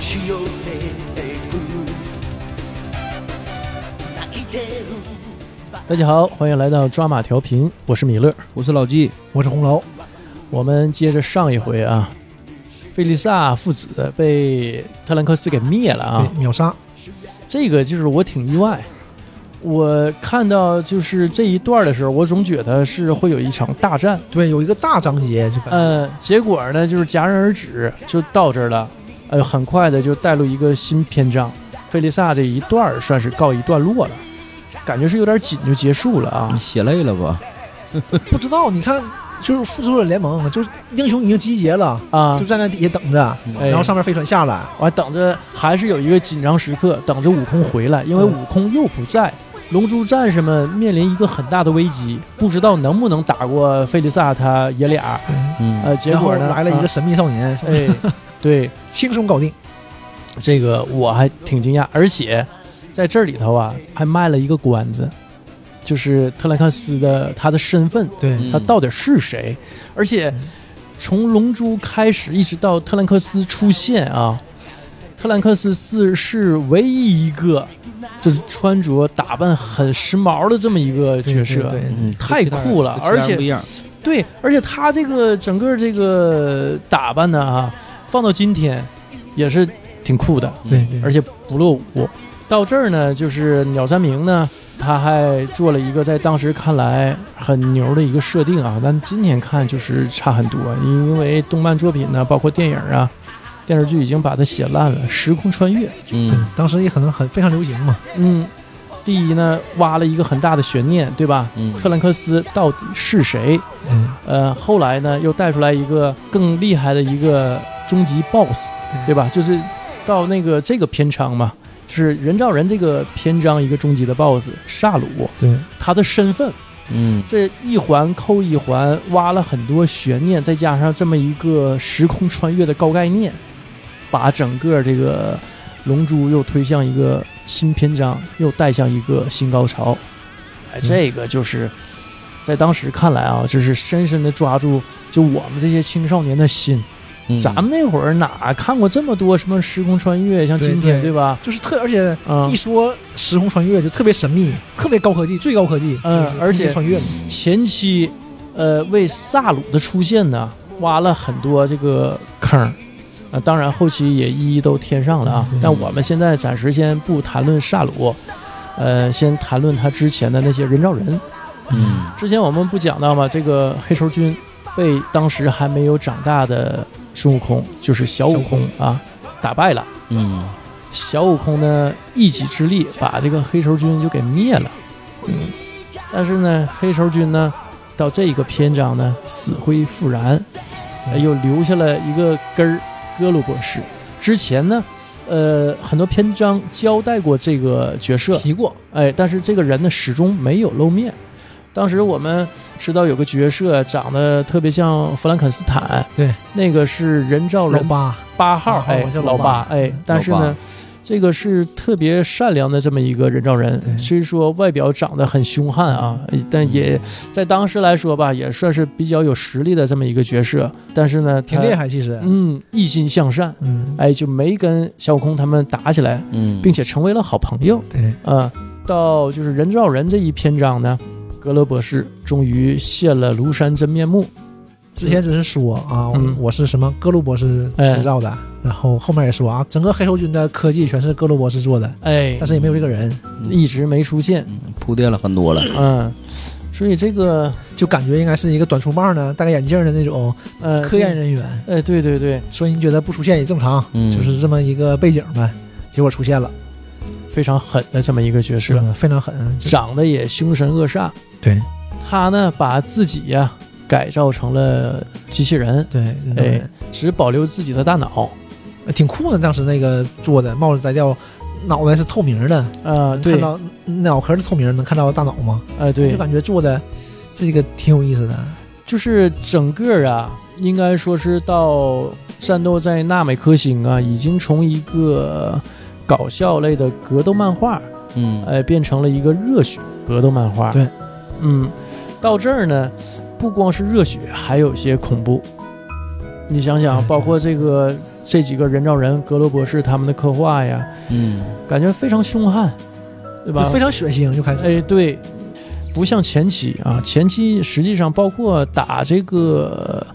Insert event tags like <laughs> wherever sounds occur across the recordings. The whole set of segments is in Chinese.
寄せてく泣いてる大家好，欢迎来到抓马调频，我是米勒，我是老纪，我是红楼，我们接着上一回啊，菲利萨父子被特兰克斯给灭了啊，对，秒杀，这个就是我挺意外。我看到就是这一段的时候，我总觉得是会有一场大战，对，有一个大章 <laughs> 节，这个呃，结果呢就是戛然而止，就到这儿了，呃，很快的就带入一个新篇章，菲利萨这一段儿算是告一段落了，感觉是有点紧就结束了啊你，血泪了吧？不知道，你看，就是复仇者联盟，就是英雄已经集结了，啊就，站在底下等着，哎然后上面飞船下来，我还等着，还是有一个紧张时刻，等着悟空回来，因为悟空又不在，龙珠战士们面临一个很大的危机，不知道能不能打过菲利萨他爷俩。嗯，呃，结然后果呢，来了一个啊神秘少年，哎， <laughs> 对轻松搞定，这个我还挺惊讶，而且在这里头啊，还卖了一个关子，就是特兰克斯的他的身份，对嗯他到底是谁？而且从龙珠开始一直到特兰克斯出现啊，特兰克斯是是唯一一个就是穿着打扮很时髦的这么一个角色，对，嗯太酷了而且不一样，对而且他这个整个这个打扮呢啊，放到今天也是挺酷的，对而且不落伍。到这儿呢，就是鸟山明呢，他还做了一个在当时看来很牛的一个设定啊，但今天看就是差很多，因为动漫作品呢，包括电影啊、电视剧已经把它写烂了。时空穿越，嗯，当时也可能很非常流行嘛，嗯，第一呢，挖了一个很大的悬念，对吧？嗯特兰克斯到底是谁？嗯，呃，后来呢，又带出来一个更厉害的一个终极 BOSS，对吧？就是到那个这个篇章嘛，就是人造人这个篇章一个终极的 BOSS 萨鲁，对，他的身份嗯这一环扣一环，挖了很多悬念，再加上这么一个时空穿越的高概念，把整个这个龙珠又推向一个新篇章，又带向一个新高潮。哎，这个就是在当时看来啊，这是深深的抓住就我们这些青少年的心。嗯，咱们那会儿哪看过这么多什么时空穿越？像对今天对吧？就是特，而且啊、一说时空穿越就特别神秘，特别高科技，最高科技，嗯就是而且空间穿越嘛，前期，呃，为萨鲁的出现呢，挖了很多这个坑儿。啊，当然后期也一一都填上了啊。但我们现在暂时先不谈论萨鲁，呃，先谈论他之前的那些人造人。嗯之前我们不讲到吗？这个黑手军被当时还没有长大的孙悟空，就是小悟空啊，打败了。嗯小悟空呢一己之力把这个黑手军就给灭了。嗯，但是呢，黑手军呢到这一个篇章呢死灰复燃，呃又留下了一个根儿，哥鲁博士。之前呢，呃，很多篇章交代过这个角色，提过，哎，但是这个人呢始终没有露面。当时我们知道有个角色啊长得特别像弗兰肯斯坦，对，那个是人造老人八，八号八，号啊哎我，叫老老八八，哎嗯，但是老呢八，这个是特别善良的这么一个人造人，啊对嗯虽说外表长得很凶悍啊，但也在当时来说吧，也算是比较有实力的这么一个角色。但是呢，挺他厉，害，其实，嗯，一心向善，嗯，哎，就没跟小悟空他们打起来，嗯，并且成为了好朋友。对，啊，到就是人造人这一篇章呢，格罗博士终于现了庐山真面目。之前只是说啊，我嗯哎我是什么哥鲁博士制造的，然后后面也说啊，整个黑手军的科技全是哥鲁博士做的，哎但，是也没有这个人，一直没出现，嗯铺垫了很多了，嗯，所以这个就感觉应该是一个短粗嗯棒呢，戴个眼镜的那种哦呃，科研人员，哎，对对对，所以你觉得不出现也正常，嗯，就是这么一个背景呗。结果出现了，非常狠的这么一个角色，吧？非常狠，就长得也凶神恶煞。对他呢，把自己呀、改造成了机器人，对，那种人只保留自己的大脑。挺酷的。当时那个做的帽子摘掉，脑袋是透明的，呃，看对，到脑壳是透明的，能看到大脑吗？呃，就对，感觉做的这个挺有意思的。就是整个啊，应该说是到战斗在纳美克星啊，已经从一个搞笑类的格斗漫画，嗯呃，变成了一个热血格斗漫画。对，嗯，到这儿呢，不光是热血，还有一些恐怖。你想想，嗯包括这个这几个人造人格罗博士他们的刻画呀，嗯感觉非常凶悍，对吧？就非常血腥，就开始哎，对，不像前期啊，前期实际上包括打这个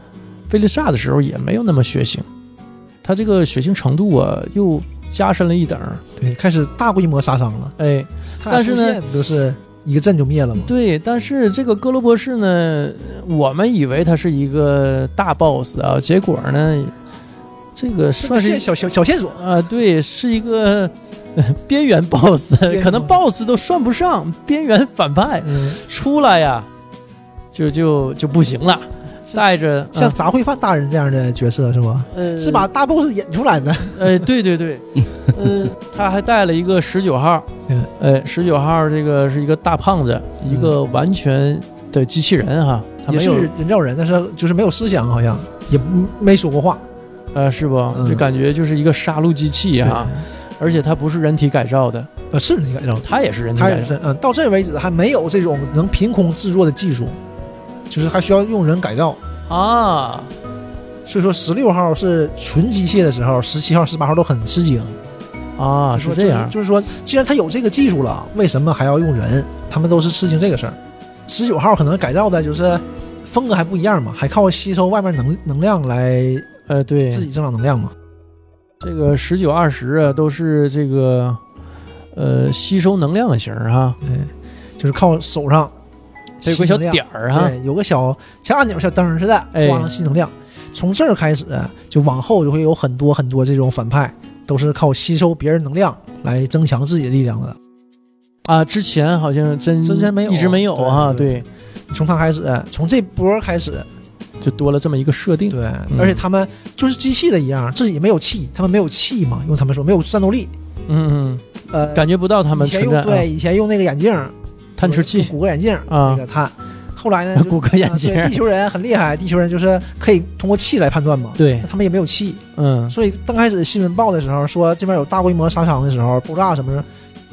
菲利萨的时候也没有那么血腥，他这个血腥程度啊又加深了一等儿。对开始大规模杀伤了。哎，他俩但是呢出现不就是一个阵就灭了吗？对，但是这个哥罗博士呢，我们以为他是一个大 boss 啊，结果呢，这个算是线小小小线索，啊、对，是一个 <laughs> 呃边缘 boss，边缘可能 boss boss 都算不上，边缘反派嗯，出来呀，就就就不行了，带着嗯啊像杂烩饭大人这样的角色是吗？嗯呃是把？大 boss 演出来的，呃，对对 <laughs> 对，呃，他还带了一个十九号嗯，呃，十九号这个是一个大胖子，一个完全的机器人哈，他也没是有人造人，但是就是没有思想，好像也不没说过话。呃，是不？嗯就感觉就是一个杀戮机器哈，而且它不是人体改造的，对，呃，是你看，然后它也是人体他改也造是，嗯，到这为止还没有这种能凭空制作的技术，就是还需要用人改造。啊。所以说，十六号是纯机械的时候，十七号、十八号都很吃惊。啊，是这样，就是说，既然他有这个技术了，为什么还要用人？他们都是吃惊这个事儿。十九号可能改造的就是风格还不一样嘛，还靠吸收外面能能量来呃，对，自己增长能量嘛。这个十九二十啊，都是这个呃吸收能量型儿哈，对，哎就是靠手上它有吸个小能量点儿哈，对，有个小像按钮、小灯似的，哎咣吸能量。从这儿开始，就往后就会有很多很多这种反派，都是靠吸收别人能量来增强自己的力量的。啊，之前好像真之前没有一直没有哈，对对，从他开始，从这波开始，就多了这么一个设定，对，嗯而且他们就是机器的一样，自己没有气，他们没有气嘛，用他们说没有战斗力。嗯嗯，呃，感觉不到他们以前存用在，对啊以前用那个眼镜，探有视器、谷歌眼镜啊那个探，<laughs> 后来呢，就骨骼眼镜啊对，地球人很厉害，地球人就是可以通过气来判断嘛。对那，他们也没有气，嗯所以刚开始新闻报的时候说这边有大规模杀伤的时候，爆炸什么的，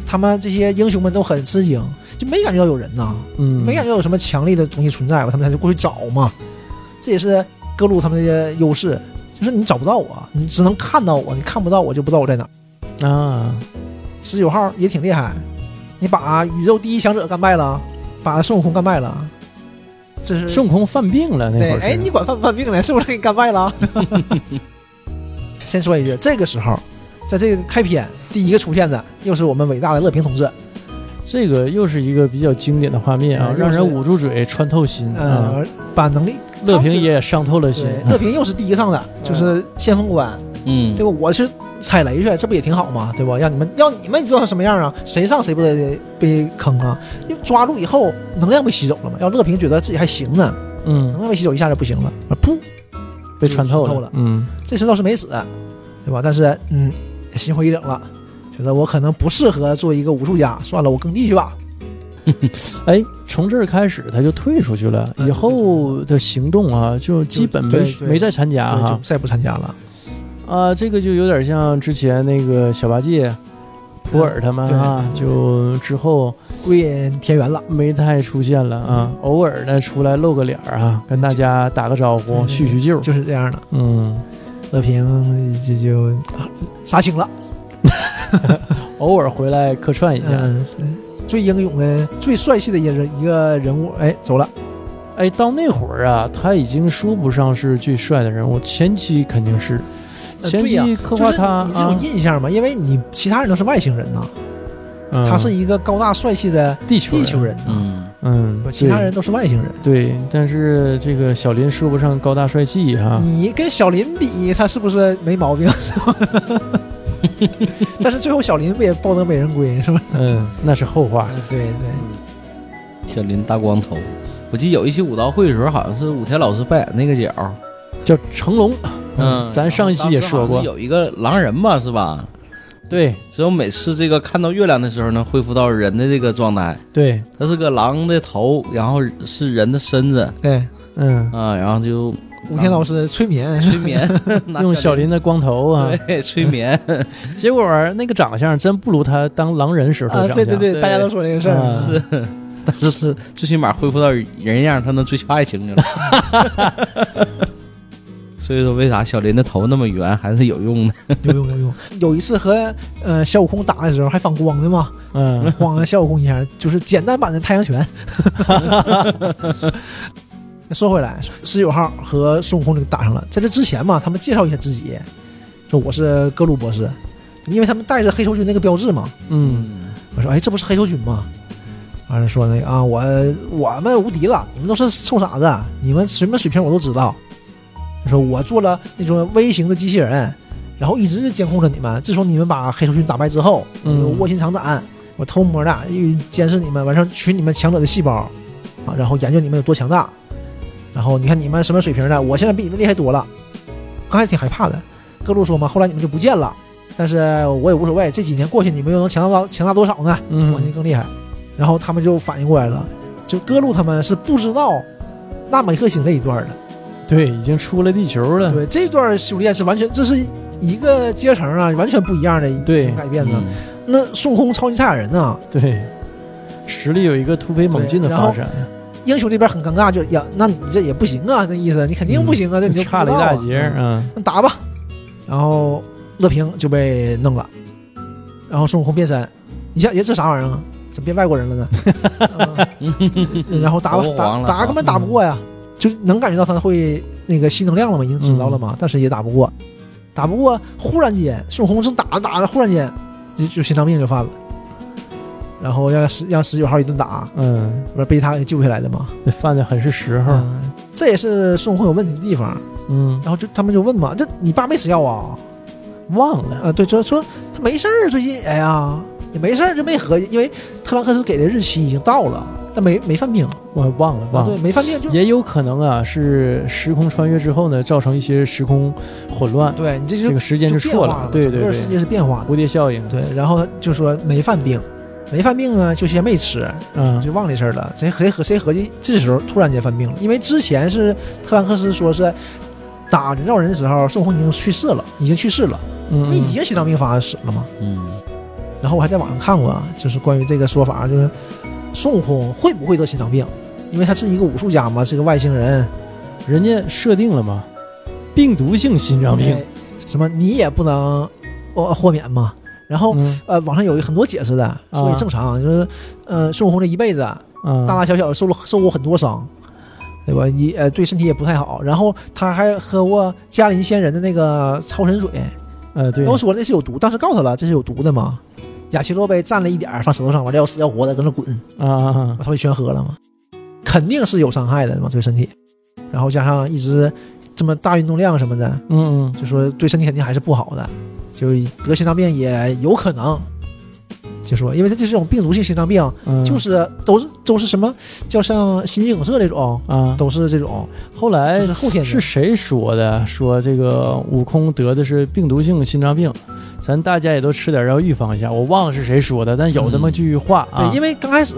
他们这些英雄们都很吃惊，就没感觉到有人呐，嗯，没感觉到有什么强力的东西存在吧，他们才就过去找嘛。这也是各路他们的优势，就是你找不到我，你只能看到我，你看不到我就不知道我在哪儿。啊，十九号也挺厉害，你把宇宙第一强者干败了，把孙悟空干败了，这是孙悟空犯病了那会对，儿是，哎，你管犯不犯病呢？是不是给你干 <laughs> 败了？先说一句，这个时候，在这个开篇第一个出现的，又是我们伟大的乐平同志，这个又是一个比较经典的画面啊嗯，让又是人捂住嘴，穿透心啊。呃，把能力乐平也伤透了心对，，乐平又是第一个上的，嗯就是先锋官，嗯对吧？我去踩雷去，这不也挺好吗？对吧？让你们要你们知道是什么样啊？谁上谁不得被坑啊？因为抓住以后能量被吸走了嘛，要乐平觉得自己还行呢，能嗯，量被吸走一下就不行了，啊噗，被穿透就穿透了了，嗯，这次倒是没死，对吧？但是嗯，心灰意冷了，觉得我可能不适合做一个武术家，算了，我耕地去吧。哎，从这儿开始他就退出去了，嗯以后的行动啊，就基本对没对没再参加对就哈。再不参加了。啊，这个就有点像之前那个小八戒、普洱他们啊，对对就之后归隐田园了，没太出现了啊，嗯偶尔呢出来露个脸儿啊，跟大家打个招呼，对叙叙旧，就是这样的。嗯，乐平就就啊杀青了，偶尔回来客串一下。嗯，最英勇的、最帅气的一人一个人物，哎，走了。哎，到那会儿啊，他已经说不上是最帅的人物，前期肯定是，呃前对呀期刻就画是他你这啊种，印象嘛，因为你其他人都是外星人呐，嗯他是一个高大帅气的地球地球，人呐，嗯嗯，其他对人都是外星人。对，但是这个小林说不上高大帅气哈，你跟小林比，他是不是没毛病？ <laughs> 是吧但是最后小林不也抱得美人归是吧？嗯，那是后话，啊对对，小林大光头，我记得有一期武道会的时候，好像是武田老师扮演那个角儿，叫成龙，嗯，咱上一期也说过当时好像是有一个狼人吧，是吧？对只有每次这个看到月亮的时候呢，恢复到人的这个状态。对，它是个狼的头，然后是人的身子对，嗯，啊，然后就吴天老师催眠，催眠，拿用小林的光头啊，对催眠，结果那个长相真不如他当狼人时候啊的，长对相，对对，对大家都说这个事儿，啊是，但是他最起码恢复到人样，他能追求爱情去了。 <laughs> 所以说为啥小林的头那么圆还是有用的。 <laughs> 有用有用。有一次和呃小悟空打的时候还反光的嘛，嗯，晃了小悟空一下，就是简单版的太阳拳。 <laughs> 说回来，十九号和孙悟空就打上了。在这之前嘛，他们介绍一下自己，说我是格鲁博士，因为他们带着黑手军那个标志嘛。嗯，我说，哎，这不是黑手军吗？完了说那个啊，我我们无敌了，你们都是臭傻子，你们什么水平我都知道。他说我做了那种微型的机器人，然后一直监控着你们。自从你们把黑手军打败之后，我就嗯卧薪尝胆，我偷摸的又监视你们，完事儿取你们强者的细胞，啊，然后研究你们有多强大。然后你看你们什么水平的，我现在比你们厉害多了。刚开始挺害怕的，各路说嘛，后来你们就不见了，但是我也无所谓。这几年过去，你们又能强大到强大多少呢？我那嗯，更厉害。然后他们就反应过来了，就各路他们是不知道纳美克星这一段的。对，已经出了地球了，对，这段修炼是完全，这是一个阶层啊，完全不一样的一对种改变呢。嗯那孙悟空超级赛亚人啊， <laughs> 对，实力有一个突飞猛进的发展，英雄这边很尴尬，就呀，那你这也不行啊，那意思你肯定不行啊，这你就不嗯知道差啊了一大截儿，嗯那打吧。然后乐平就被弄了，然后孙悟空变身，你想，人这啥玩意儿啊？怎么变外国人了呢？ <laughs> 嗯然后打吧国，王打了打根本打不过呀，就能感觉到他会那个吸能量了嘛，已经知道了嗯嘛，但是也打不过，打不过，忽然间孙悟空正打着打着，忽然间就就心脏病就犯了，然后让十让十九号一顿打，嗯，不是被他给救下来的嘛？这犯的很是时候，嗯这也是孙悟空有问题的地方。嗯，然后就他们就问嘛，这你爸没吃药啊？忘了，啊，对，就说他没事儿，最近哎呀也没事儿，就没合计，因为特兰克斯给的日期已经到了，但没没犯病我忘了，啊，忘对，了。没犯病就也有可能啊，是时空穿越之后呢，造成一些时空混乱，对你这这就个时间就变错化了，了，对整对个世对，界是变化的，蝴蝶效应，对，然后就说没犯病。没犯病呢，就先没吃，嗯，就忘这事儿了。谁谁合谁合计，这时候突然间犯病了，因为之前是特兰克斯说是打人造人的时候，孙悟空已经去世了，已经去世了，因嗯为已经心脏病发死了嘛。嗯，然后我还在网上看过，啊，就是关于这个说法，就是孙悟空会不会得心脏病？因为他是一个武术家嘛，是个外星人，人家设定了嘛，病毒性心脏病哎，什么你也不能呃豁免嘛。然后、嗯呃，网上有很多解释的，说也正常，就是呃，孙悟空这一辈子嗯，大大小小受了受过很多伤，对吧？也呃对身体也不太好。然后他还喝过嘉陵仙人的那个超神水，呃对然，后说那是有毒，当时告诉他了，这是有毒的嘛。雅奇洛杯蘸了一点儿放舌头上，完了要死要活的搁那滚。啊啊啊把他们全喝了嘛，肯定是有伤害的嘛，对身体。然后加上一直这么大运动量什么的，嗯嗯就说对身体肯定还是不好的，就得心脏病也有可能。就说，因为它这种病毒性心脏病，嗯，就是都是都是什么叫像心肌梗塞这种，啊，都是这种，后来就是后天的是谁说的？说这个悟空得的是病毒性心脏病，咱大家也都吃点药预防一下。我忘了是谁说的，但有这么句话啊对，，因为刚开始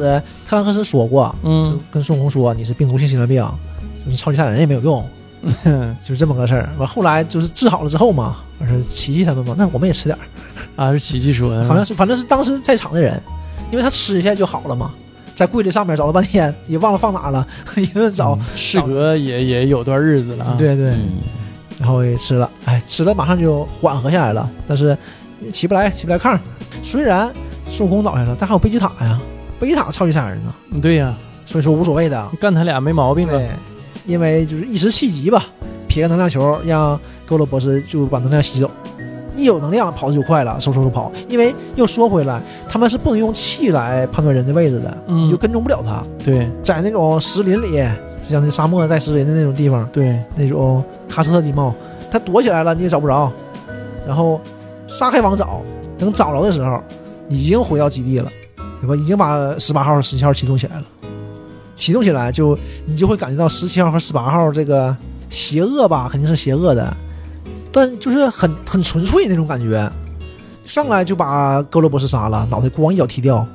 特兰克斯说过，嗯就跟孙悟空说你是病毒性心脏病，就是超级赛亚人也没有用， <laughs> 哼就是这么个事儿。完后来就是治好了之后嘛，完事儿琪琪他们嘛，那我们也吃点儿。啊是奇迹说的，好像是，反正是当时在场的人，因为他吃下就好了嘛，在柜子上面找了半天，也忘了放哪了， <laughs> 一顿找，事嗯隔也也有段日子了啊，对对，嗯然后也吃了，哎，吃了马上就缓和下来了，但是起不来，起不来炕。虽然孙悟空倒下了，但还有贝吉塔呀，贝吉塔超级赛亚人呢，嗯对呀，所以说无所谓的，干他俩没毛病啊对，因为就是一时气急吧，撇个能量球让格罗博士就把能量吸走。一有能量跑得就快了，嗖嗖嗖跑。因为又说回来，他们是不能用气来判断人的位置的，嗯你就跟踪不了他。对在那种石林里，就像那沙漠带石林的那种地方，对，那种喀斯特地貌，他躲起来了你也找不着。然后沙开往找，等找着的时候，已经回到基地了，对吧？已经把十八号、十七号启动起来了。启动起来就你就会感觉到十七号和十八号这个邪恶吧，肯定是邪恶的，但就是很很纯粹那种感觉。上来就把格罗博士杀了，脑袋咣一脚踢掉，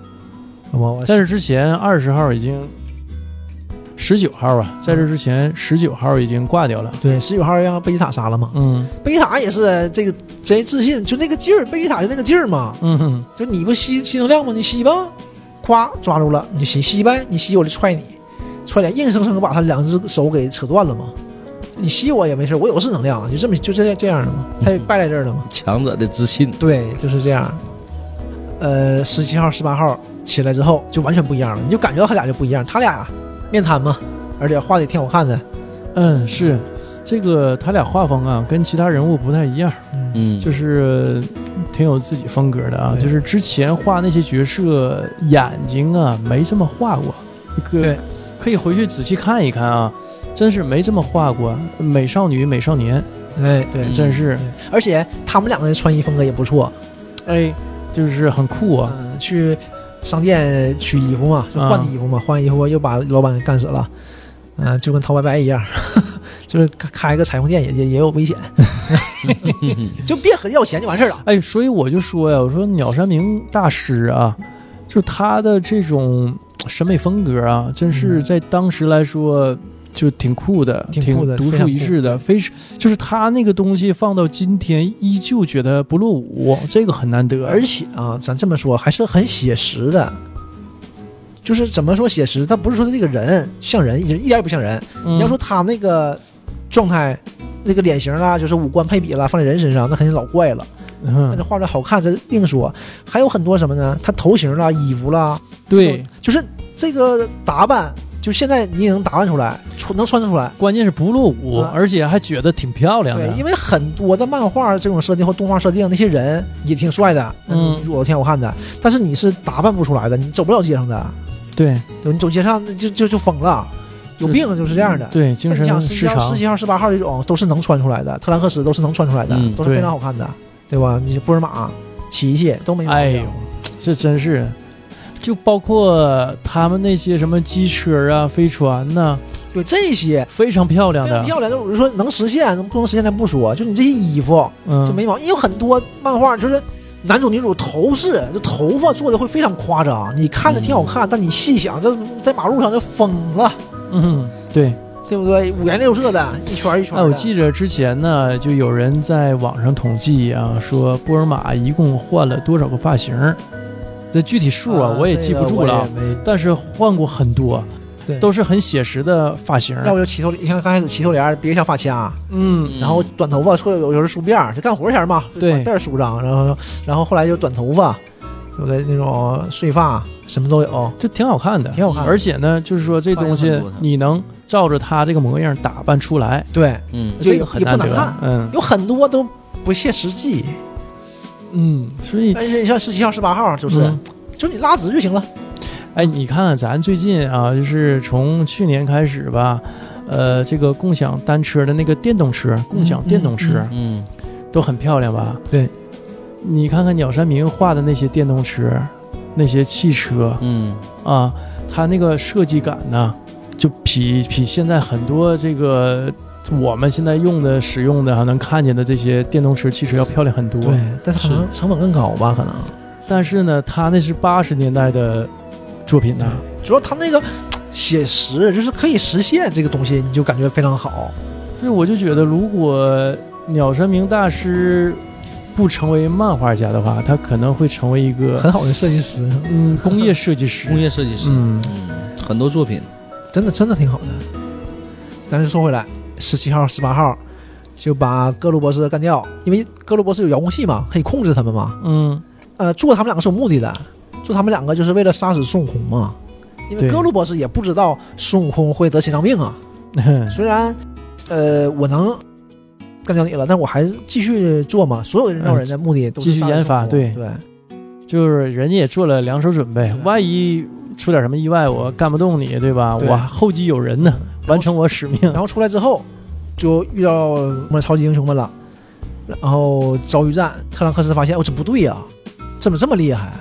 好吗？但是之前二十号已经。十九号啊，在这之前，十九号已经挂掉了。对十九号让贝吉塔杀了嘛，嗯贝吉塔也是这个贼自信，就那个劲儿，贝吉塔就那个劲儿嘛，嗯哼就你不吸吸能量吗？你吸吧，夸抓住了你就吸吸呗，你吸我就踹你，踹脸硬生生地把他两只手给扯断了嘛。你吸我也没事，我有是能量啊，就这么就这这样的嘛，他也败在这儿了嘛。强者的自信，对，就是这样。呃，十七号、十八号起来之后就完全不一样了，你就感觉到他俩就不一样，他俩面瘫嘛，而且画的也挺好看的，嗯，是这个他俩画风啊，跟其他人物不太一样，嗯，嗯，就是是挺有自己风格的啊。对就是之前画那些角色眼睛啊，没这么画过，可对可以回去仔细看一看啊，真是没这么画过。美少女、美少年，对对，对，嗯真是而且他们两个人穿衣风格也不错，哎，就是很酷啊。嗯，去商店取衣服嘛，就换啊衣服嘛，换衣服又把老板干死了，嗯、就跟陶白白一样， <laughs> 就是开开个裁缝店也也也有危险， <laughs> 就别和要钱就完事儿了。哎，所以我就说呀，我说鸟山明大师啊，就他的这种审美风格啊，真是在当时来说就挺酷的，嗯挺挺酷的独非树常一酷帜的，非是就是他那个东西放到今天依旧觉得不落伍，这个很难得。而且啊，咱这么说还是很写实的，就是怎么说写实？他不是说他这个人像人，一一点也不像人。你你要说他那个状态、那个脸型啊，就是五官配比啦，放在人身上，那肯定老怪了。但嗯，是画的好看这另说，还有很多什么呢？他头型啦、衣服啦，这对种，就是这个打扮，就现在你也能打扮出来，穿能穿得出来。关键是不落伍，啊而且还觉得挺漂亮对，因的。啊为很多的漫画这种设定和动画设定，那些人也挺帅的，嗯女主挺好看的，但是你是打扮不出来的，你走不了街上的，对对吧你走街上那就就就疯了，有是病就是这样的。对，精但神你想十失七号、常十。七号、十八号这种都是能穿出来的，特兰克斯都是能穿出来的，嗯都是对非常好看的，对吧？你波尔玛、琪琪都没毛病。哎呦，这真是，就包括他们那些什么机车啊、飞船呐、对这些非常漂亮非常的，啊漂亮，就是我就说能实现，能不能实现咱不说，就你这些衣服嗯，就没毛病。因为有很多漫画就是男主女主头饰，就头发做的会非常夸张，你看着挺好看，但你细想，这在马路上就疯了，嗯，对。对不对？五颜六色的，一圈一圈那的。我记着之前呢，就有人在网上统计啊，说波尔玛一共换了多少个发型儿，这具体数啊我也记不住了啊，这个我也没但是换过很多，对都是很写实的发型儿。要不就齐头，你看刚开始齐头帘儿别个像发掐，嗯，然后短头发，或者有时候梳辫儿，就干活前儿嘛，对把辫儿梳上，然后然后后来就短头发，有的那种碎发，什么都有，就挺好看的，挺好看的而且呢，就是说这东发型西很多的你能照着他这个模样打扮出来，对，嗯就这个很也不难难得看。嗯有很多都不切实际。嗯，所以但是你像十七号、十八号，就是、嗯就是你拉直就行了。哎，你看看咱最近啊，就是从去年开始吧，呃，这个共享单车的那个电动车，共享电动车、嗯，都很漂亮吧？对，你看看鸟山明画的那些电动车，那些汽车嗯，啊，它那个设计感呢，就比比现在很多这个我们现在用的、使用的、还能看见的这些电动车、汽车要漂亮很多。，但是可能成本更高吧，可能。但是呢，它那是八十年代的作品呢、主要他那个写实，就是可以实现这个东西，你就感觉非常好。所以我就觉得，如果鸟山明大师不成为漫画家的话，他可能会成为一个很好的设计师，嗯工业设计师。工业设计师，嗯嗯，很多作品，真的真的挺好的。咱就说回来，十七号、十八号就把各路博士干掉，因为各路博士有遥控器嘛，可以控制他们嘛。嗯，呃，做他们两个是有目的的，做他们两个就是为了杀死孙悟空嘛。因为对格鲁博士也不知道孙悟空会得心脏病啊。虽然，呃，我能干掉你了，但我还继续做嘛。所有人造人的目的都是继续杀死研发孙悟空对对 <laughs> 就是人家也做了两手准备对，万一出点什么意外，我干不动你，对吧？对我后继有人呢，完成我使命。然后出来之后，就遇到我们超级英雄们了，然后遭遇战，特兰克斯发现哦，这不对呀、怎么这么厉害？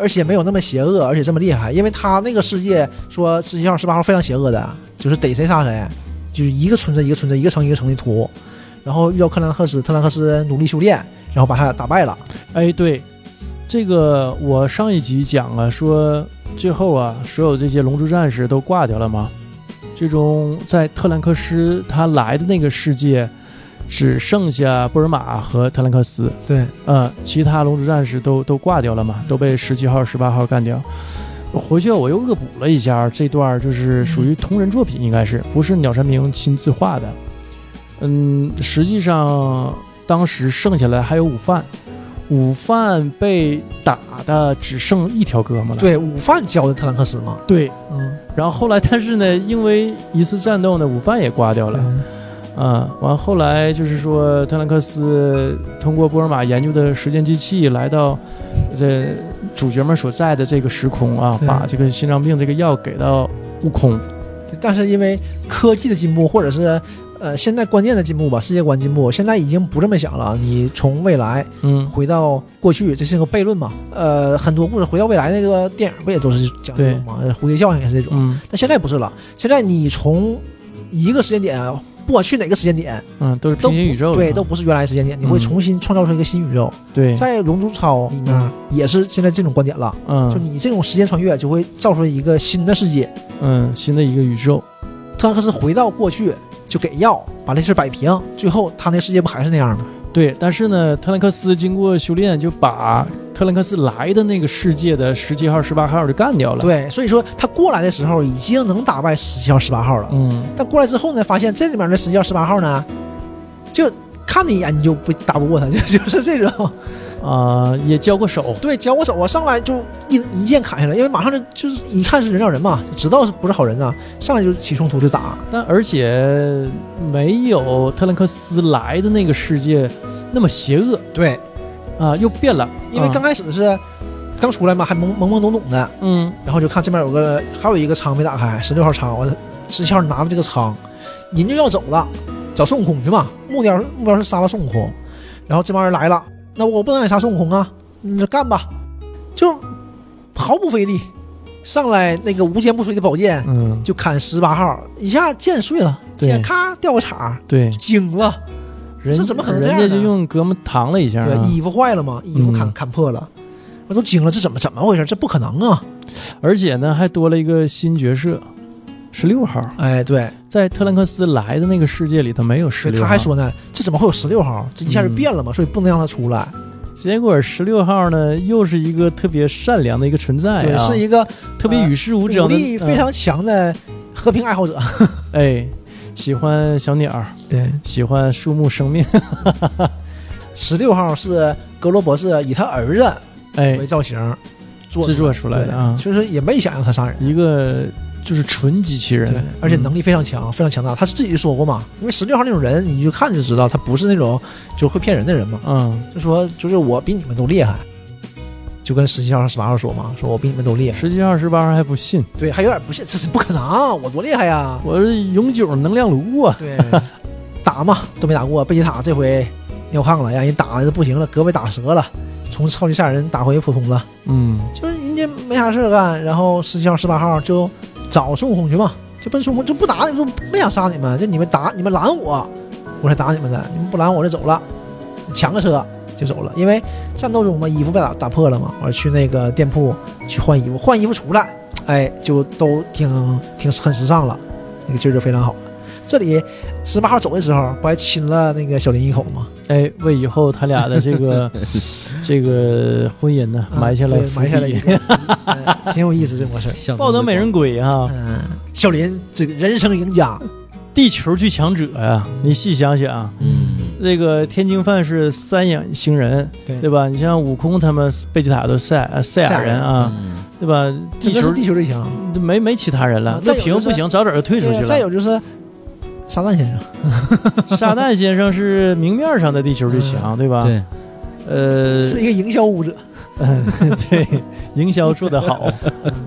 而且没有那么邪恶，而且这么厉害，因为他那个世界说十七号、十八号非常邪恶的，就是逮谁杀谁，就是一个村子一个村子，一个城一个城的屠。然后遇到特兰克斯，特兰克斯努力修炼，然后把他俩打败了。哎，对，这个我上一集讲啊，说最后啊，所有这些龙珠战士都挂掉了嘛。最终在特兰克斯他来的那个世界，只剩下波尔玛和特兰克斯，对，呃，其他龙珠战士都都挂掉了嘛，都被十七号、十八号干掉。回去我又恶补了一下这段，就是属于同人作品，应该是不是鸟山明亲自画的？嗯，实际上当时剩下来还有午饭，午饭被打的只剩一条胳膊了。对，午饭教的特兰克斯嘛，对，嗯，然后后来但是呢，因为一次战斗呢，午饭也挂掉好了。啊、完后来就是说，特兰克斯通过波尔玛研究的时间机器来到这主角们所在的这个时空啊，对把这个心脏病这个药给到悟空。但是因为科技的进步，或者是呃现在观念的进步吧，世界观进步，现在已经不这么想了。你从未来嗯，回到过去，这是个悖论嘛？呃，很多故事回到未来那个电影不也都是讲呃这种嘛？蝴蝶效应也是这种。嗯但现在不是了，现在你从一个时间点，不管去哪个时间点，嗯，都是都平不行宇宙的对，嘛都不是原来时间点，你嗯会重新创造出一个新宇宙。对，在《龙珠超》里面也是现在这种观点了，就嗯你这种时间穿越就会造出一个新的世界。嗯，新的一个宇宙。特兰克斯回到过去就给药把这事儿摆平，最后他那世界不还是那样吗？对，但是呢，特兰克斯经过修炼，就把特兰克斯来的那个世界的十七号、十八号就干掉了。，对，所以说他过来的时候已经能打败十七号、十八号了。嗯，但过来之后呢，发现这里面的十七号、十八号呢，就看你一眼你就不打不过他， <laughs> 就就是这种。啊、也交过手。对，交我手啊，上来就一一剑砍下来，因为马上就就是一看是人造人嘛，就知道是不是好人呐、啊上来就起冲突就打。但而且没有特兰克斯来的那个世界那么邪恶对，啊，又变了，因为刚啊开始是刚出来嘛，还懵懵懵懂懂的，嗯然后就看这边有个还有一个仓没打开，十六号仓，我十七号拿着这个仓，人就要走了，找孙悟空去嘛，目标目标是杀了孙悟空，啊然后这帮人来了，那我不能也杀孙悟空啊，你就干吧，就毫不费力，上来那个无坚不摧的宝剑嗯，就砍十八号，一下剑碎了，对剑咔掉个叉，对，惊了，人这怎么可能这人样家呢就用革命搪了一下、对，啊，衣服坏了嘛，衣服砍嗯砍破了，我都惊了，这怎么怎么回事？这不可能啊！而且呢还多了一个新角色，十六号，哎，对，在特兰克斯来的那个世界里头没有十对，六，他还，说呢，这怎么会有十六号？这一下就嗯变了嘛，所以不能让他出来。结果十六号呢又是一个特别善良的一个存在、啊，对，是一个呃特别与世无武争的，力非嗯、常强的和平爱好 <laughs> 者。哎，喜欢小鸟，对，喜欢树木生命，十六号是格罗博士以他儿子哎为，造型做制作出来的啊对。所以说也没想让他杀人。一个就是纯机器人嗯对，，而且能力、力非常强，非常强大。他自己就说过嘛，因为十六号那种人，你就看就知道他不是那种就会骗人的人嘛。嗯，就说就是我比你们都厉害，就跟十七号、十八号说嘛，说我比你们都厉害。十七号、十八号还不信，对，还有点不信，这是不可能，我多厉害呀！我是永久能量炉啊，对， <laughs> 打嘛都没打过，贝吉塔这回尿炕了，让人打的不行了，胳膊打折了，从超级赛亚人打回普通了，嗯，就是人家没啥事儿干，然后十七号、十八号就找孙悟空去嘛，就奔孙悟空，就不打你们，就没想杀你们，就你们打你们拦我，我才打你们的，你们不拦我就走了，抢个车就走了，因为战斗中嘛衣服被打打破了嘛，我去那个店铺去换衣服，换衣服出来，哎，就都挺挺很时尚了，那个劲儿就非常好了。这里十八号走的时候，不还亲了那个小林一口吗？哎，为以后他俩的这个这个婚姻呢埋下了啊对伏埋下了一笔，个， <laughs> 哎挺有意思这模事儿。想抱得美人归啊，嗯，小林这个人生赢家，地球最强者呀、你细想想，嗯，这个天津饭是三眼星人，对对吧？你像悟空他们贝吉塔都赛呃赛亚人啊，嗯，对吧？这地个球是地球最强。没没其他人了啊，那再有屏就是不行，早早就退出去对了。再有就是撒 <laughs> 旦先生，撒旦先生是明面上的地球最强，对吧？对，呃，是一个营销舞者，嗯， <laughs> 对，营销做得好，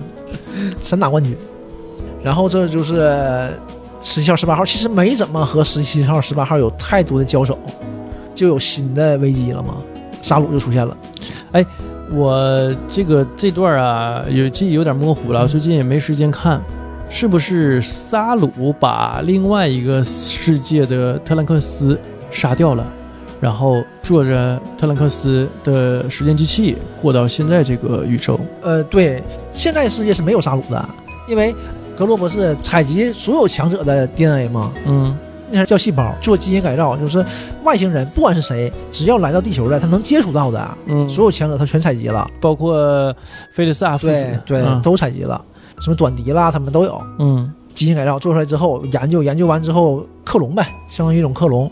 <laughs> 散打冠军。然后这就是十七号、十八号，其实没怎么和十七号、十八号有太多的交手，就有新的危机了嘛。沙鲁就出现了，我这个这段啊，有记忆有点模糊了，最近也没时间看。是不是沙鲁把另外一个世界的特兰克斯杀掉了，然后坐着特兰克斯的时间机器过到现在这个宇宙？呃，对，现在世界是没有沙鲁的，因为格罗博士采集所有强者的 DNA 嘛，嗯那叫细胞，做基因改造，就是外星人不管是谁，只要来到地球了，他能接触到的啊嗯，所有强者，他全采集了，包括菲利斯亚父对子，对，嗯都采集了，什么短笛啦，他们都有。嗯基因改造做出来之后，研究研究完之后克隆呗，相当于一种克隆。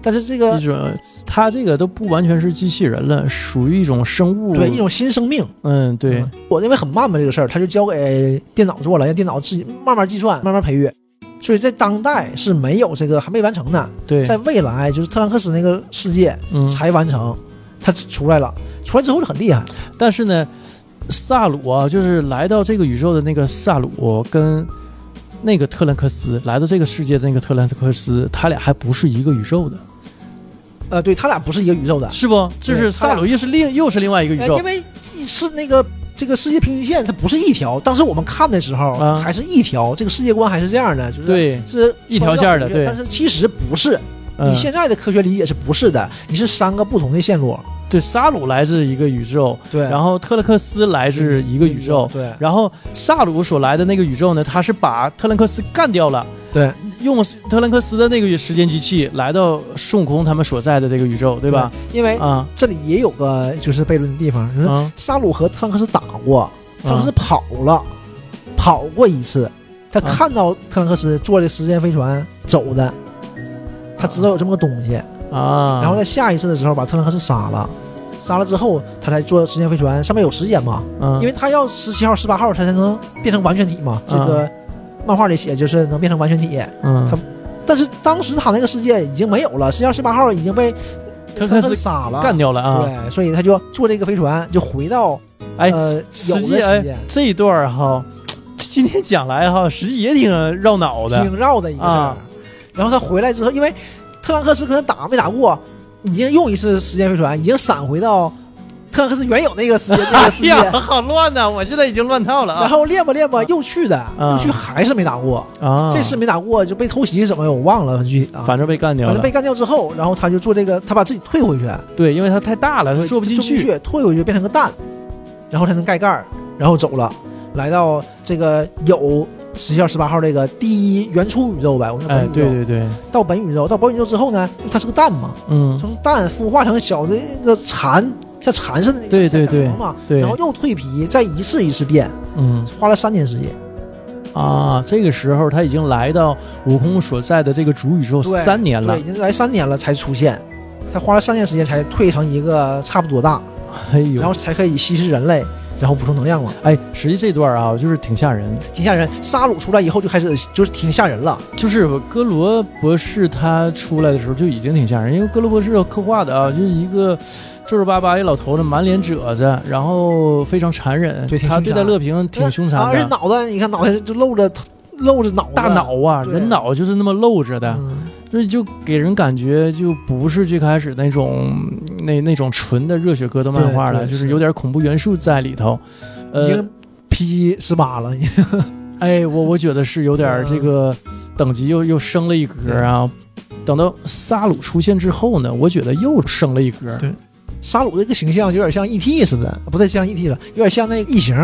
但是这个一种，它这个都不完全是机器人了，属于一种生物，对一种新生命，嗯，对嗯，我认为很慢嘛这个事儿，他就交给电脑做了，让电脑自己慢慢计算，慢慢培育。所以在当代是没有这个还没完成的，对，在未来就是特兰克斯那个世界嗯，才完成，他出来了，出来之后就很厉害。但是呢，萨鲁啊，就是来到这个宇宙的那个萨鲁跟那个特兰克斯，来到这个世界的那个特兰克斯，他俩还不是一个宇宙的，呃，对他俩不是一个宇宙的，是不？就是对他俩萨鲁又是另又是另外一个宇呃宙因，为是那个这个世界平均线它不是一条，当时我们看的时候啊还是一条，这个世界观还是这样的，就是对是一条线儿的双向对但是其实不是，嗯你，现在的科学理解是不是的？你是三个不同的线路，对，萨鲁来自一个宇宙，对然后特兰克斯来自一个宇宙。对然后萨鲁所来的那个宇宙呢，他是把特兰克斯干掉了，对用特兰克斯的那个时间机器来到孙悟空他们所在的这个宇宙，对吧？？因为啊，这里也有个就是悖论的地方，就是嗯，沙鲁和特兰克斯打过，特兰克斯跑了，跑过一次，他啊看到特兰克斯坐的时间飞船走的，他知道有这么个东西，啊，然后在下一次的时候把特兰克斯杀了。杀了之后，他才坐时间飞船，上面有时间嘛？嗯，因为他要十七号、十八号，他才能变成完全体啊嘛。这个漫画里写就是能变成完全体，嗯他但是当时他那个世界已经没有了，十号、十八号已经被特兰克克斯斯杀了，干掉了啊！对，所以他就坐这个飞船就回到哎呃有实的时际哎间，这一段儿哈，今天讲来哈，实际也挺绕脑的。挺绕的一个事儿啊。然后他回来之后，因为特兰克斯跟他打没打过，已经用一次时间飞船，已经闪回到特兰克斯原有那个时间那哎个世界， <laughs> 呀，好乱呐、我现在已经乱套了然啊！后练吧练吧又去的，又去还是没打过，啊，这次没打过就被偷袭什么的我忘了具体啊。反正被干掉反正了被。干掉之后，然后他就做这个，他把自己退回去，对，因为它太大了，它坐不进去，去。退回去变成个蛋，然后才能盖盖儿，然后走了，来到这个有十七号、十八号这个第一原初宇宙呗，我们叫本哎宇，宙。对对对，到本宇宙，到本宇宙之后呢，它是个蛋嘛，嗯，从蛋孵化成小的那个蚕，像蚕似的那个对对小蚕嘛，对然后又蜕皮，再一次一次变，嗯花了三年时间。啊，这个时候他已经来到悟空所在的这个主宇宙对三年了对，已。经来三年了才出现，才花了三年时间才蜕成一个差不多大，哎然呦后，才可以吸食人类，然后补充能量嘛。哎，实际这段啊，就是挺吓人。挺吓人。沙鲁出来以后就开始就是挺吓人了，就是哥罗博士他出来的时候就已经挺吓人，因为哥罗博士刻画的啊，就是一个皱皱巴巴一老头子，满脸褶子，然然后非常残忍。对挺他凶对残待乐平挺凶啊残而且的，脑袋你看脑袋就露着露着脑子大脑啊，对人脑就是那么露着的，嗯所以就给人感觉就不是最开始那种那那种纯的热血格斗漫画了，对对就是是有点恐怖元素在里头。已呃，经 PG 十八了，哎，我我觉得是有点儿嗯这个等级又又升了一格啊。等到萨鲁出现之后呢，我觉得又升了一格。对沙鲁这个形象就有点像 E ET 似的，不太像 ET 了，有点像那个异形，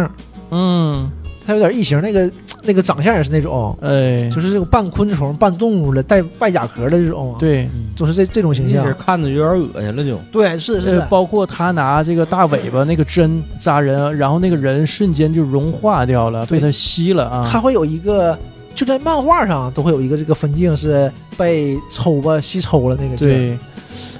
嗯，他有点异形那个那个长相也是那种，哎，就是这种半昆虫半动物的带外甲壳的这种，，对，就是这这种形那象人。看着有点恶心了就。对，是是呃，的，包括他拿这个大尾巴那个针扎人，然后那个人瞬间就融化掉了，被对他吸了啊。它会有一个。就在漫画上都会有一个这个分镜是被抽吧吸抽了那个劲儿，对，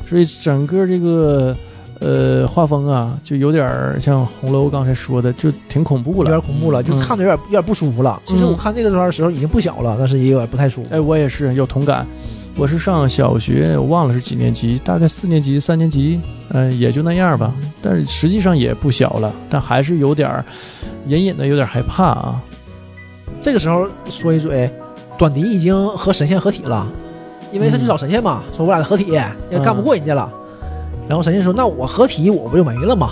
所以整个这个呃画风啊，就有点儿像红楼刚才说的，就挺恐怖有了点。恐怖了，就嗯看着有点有点不舒服了。其实嗯我看这个段的时候已经不小了，但是也有点不太舒服。哎，我也是有同感。我是上小学，我忘了是几年级，大概四年级、三年级，嗯、也就那样吧。但是实际上也不小了，但还是有点儿隐隐的有点害怕啊。这个时候说一嘴，短笛已经和神仙合体了，因为他去找神仙嘛，说我俩合体也干不过人家了。然后神仙说：“那我合体我不就没了吗？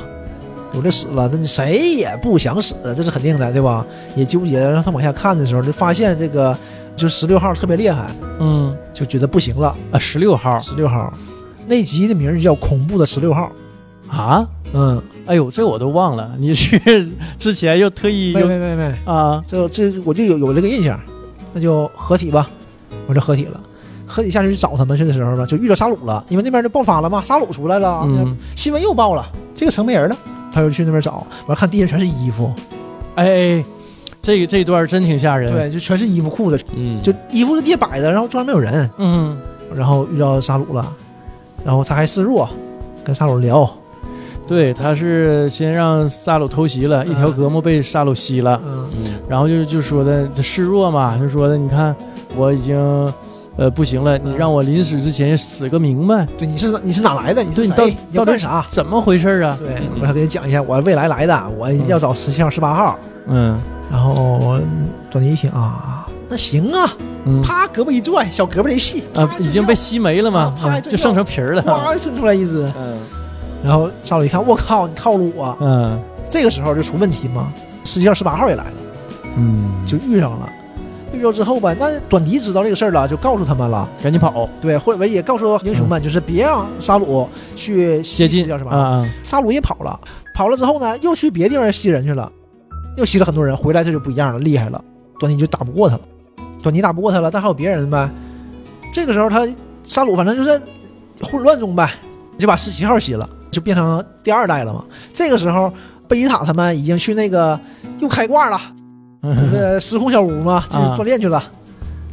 我就死了，那你谁也不想死，这是肯定的，对吧？”也纠结，让他往下看的时候，就发现这个就十六号特别厉害，嗯就觉得不行了。啊，十六号十六号那集的名儿就叫《恐怖的十六号》。啊，嗯，哎呦，这我都忘了。你是之前又特意没又没没没，啊，这这我就有有这个印象，那就合体吧，我就合体了。和你下去去找他们去的时候吧，就遇着沙鲁了，因为那边就爆发了嘛，沙鲁出来了，嗯，新闻又报了，这个城没人了，他就去那边找，完看地上全是衣服，哎，这个这一段真挺吓人。，对，就全是衣服裤子，嗯，就衣服是地摆的，然后中间没有人，嗯，然后遇到沙鲁了，然后他还示弱，跟沙鲁聊，对，他是先让萨鲁偷袭了，一条胳膊被萨鲁吸了，嗯嗯然后就就说的这示弱嘛，就说的你看我已经呃不行了，你让我临死之前死个明白，对，你是你是哪来的？你对是你谁到你要到底干啥？怎么回事啊？对，我要给你讲一下，我未来来的，我要找十七号、十八号。嗯然后短笛一听啊，那行啊，嗯啪，胳膊一拽，小胳膊一细，啊啪，已经被吸没了嘛啊，啪嗯就就剩成皮儿了。哗伸出来一只。嗯然后上来一看，我靠，你套路我、啊！嗯这个时候就出问题嘛。实际上十八号也来了，嗯，就遇上了。遇着之后吧，那短笛知道这个事儿了，就告诉他们了。赶紧跑，对，或者也告诉英雄们，就是别让沙鲁去嗯接近叫什么啊沙鲁也跑了，跑了之后呢，又去别地方吸人去了，又吸了很多人，回来这就不一样了，厉害了。短笛就打不过他了，短笛打不过他了，但还有别人呗。这个时候他沙鲁反正就是混乱中呗，就把十七号吸了，就变成第二代了嘛。这个时候贝吉塔他们已经去那个又开挂了，嗯就嗯是时空小屋嘛，就是锻炼去了，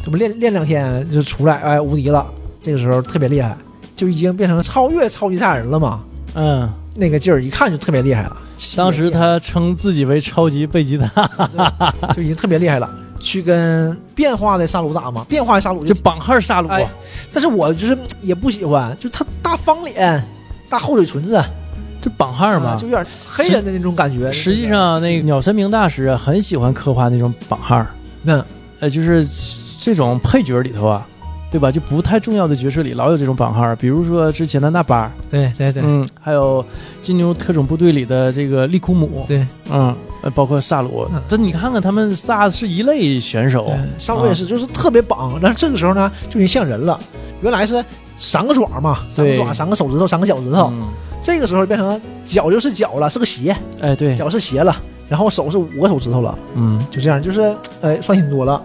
这不练练两天就出来，哎，无敌了。这个时候特别厉害，就已经变成超越超级赛亚人了嘛。 <laughs> 嗯，那个劲儿一看就特别厉害了。 <laughs> 当时他称自己为超级贝吉 <laughs> 塔，就已经特别厉害了，去跟变化的沙鲁打嘛，变化的沙鲁就就，绑号杀戮哎，但是我就是嗯也不喜欢，就他大方脸，大厚嘴唇子，就绑号嘛啊，就有点黑人的那种感觉。实际，上，那个鸟山明大师啊，很喜欢刻画那种绑号，嗯，呃，就是这种配角里头啊，对吧？就不太重要的角色里老有这种绑号，比如说之前的那巴，对对对嗯，还有金牛特种部队里的这个利库姆，对，嗯，呃包括萨鲁嗯，这你看看他们仨是一类选手，对沙鲁也是，就是特别绑，但是这个时候呢，就已经像人了，原来是。三个爪嘛，三个对爪，三个手指头，三个脚趾头。嗯，这个时候变成脚就是脚了，是个鞋，哎，对，脚是鞋了，然后手是五个手指头了，嗯就这样，就是呃，算挺 <laughs> 多了，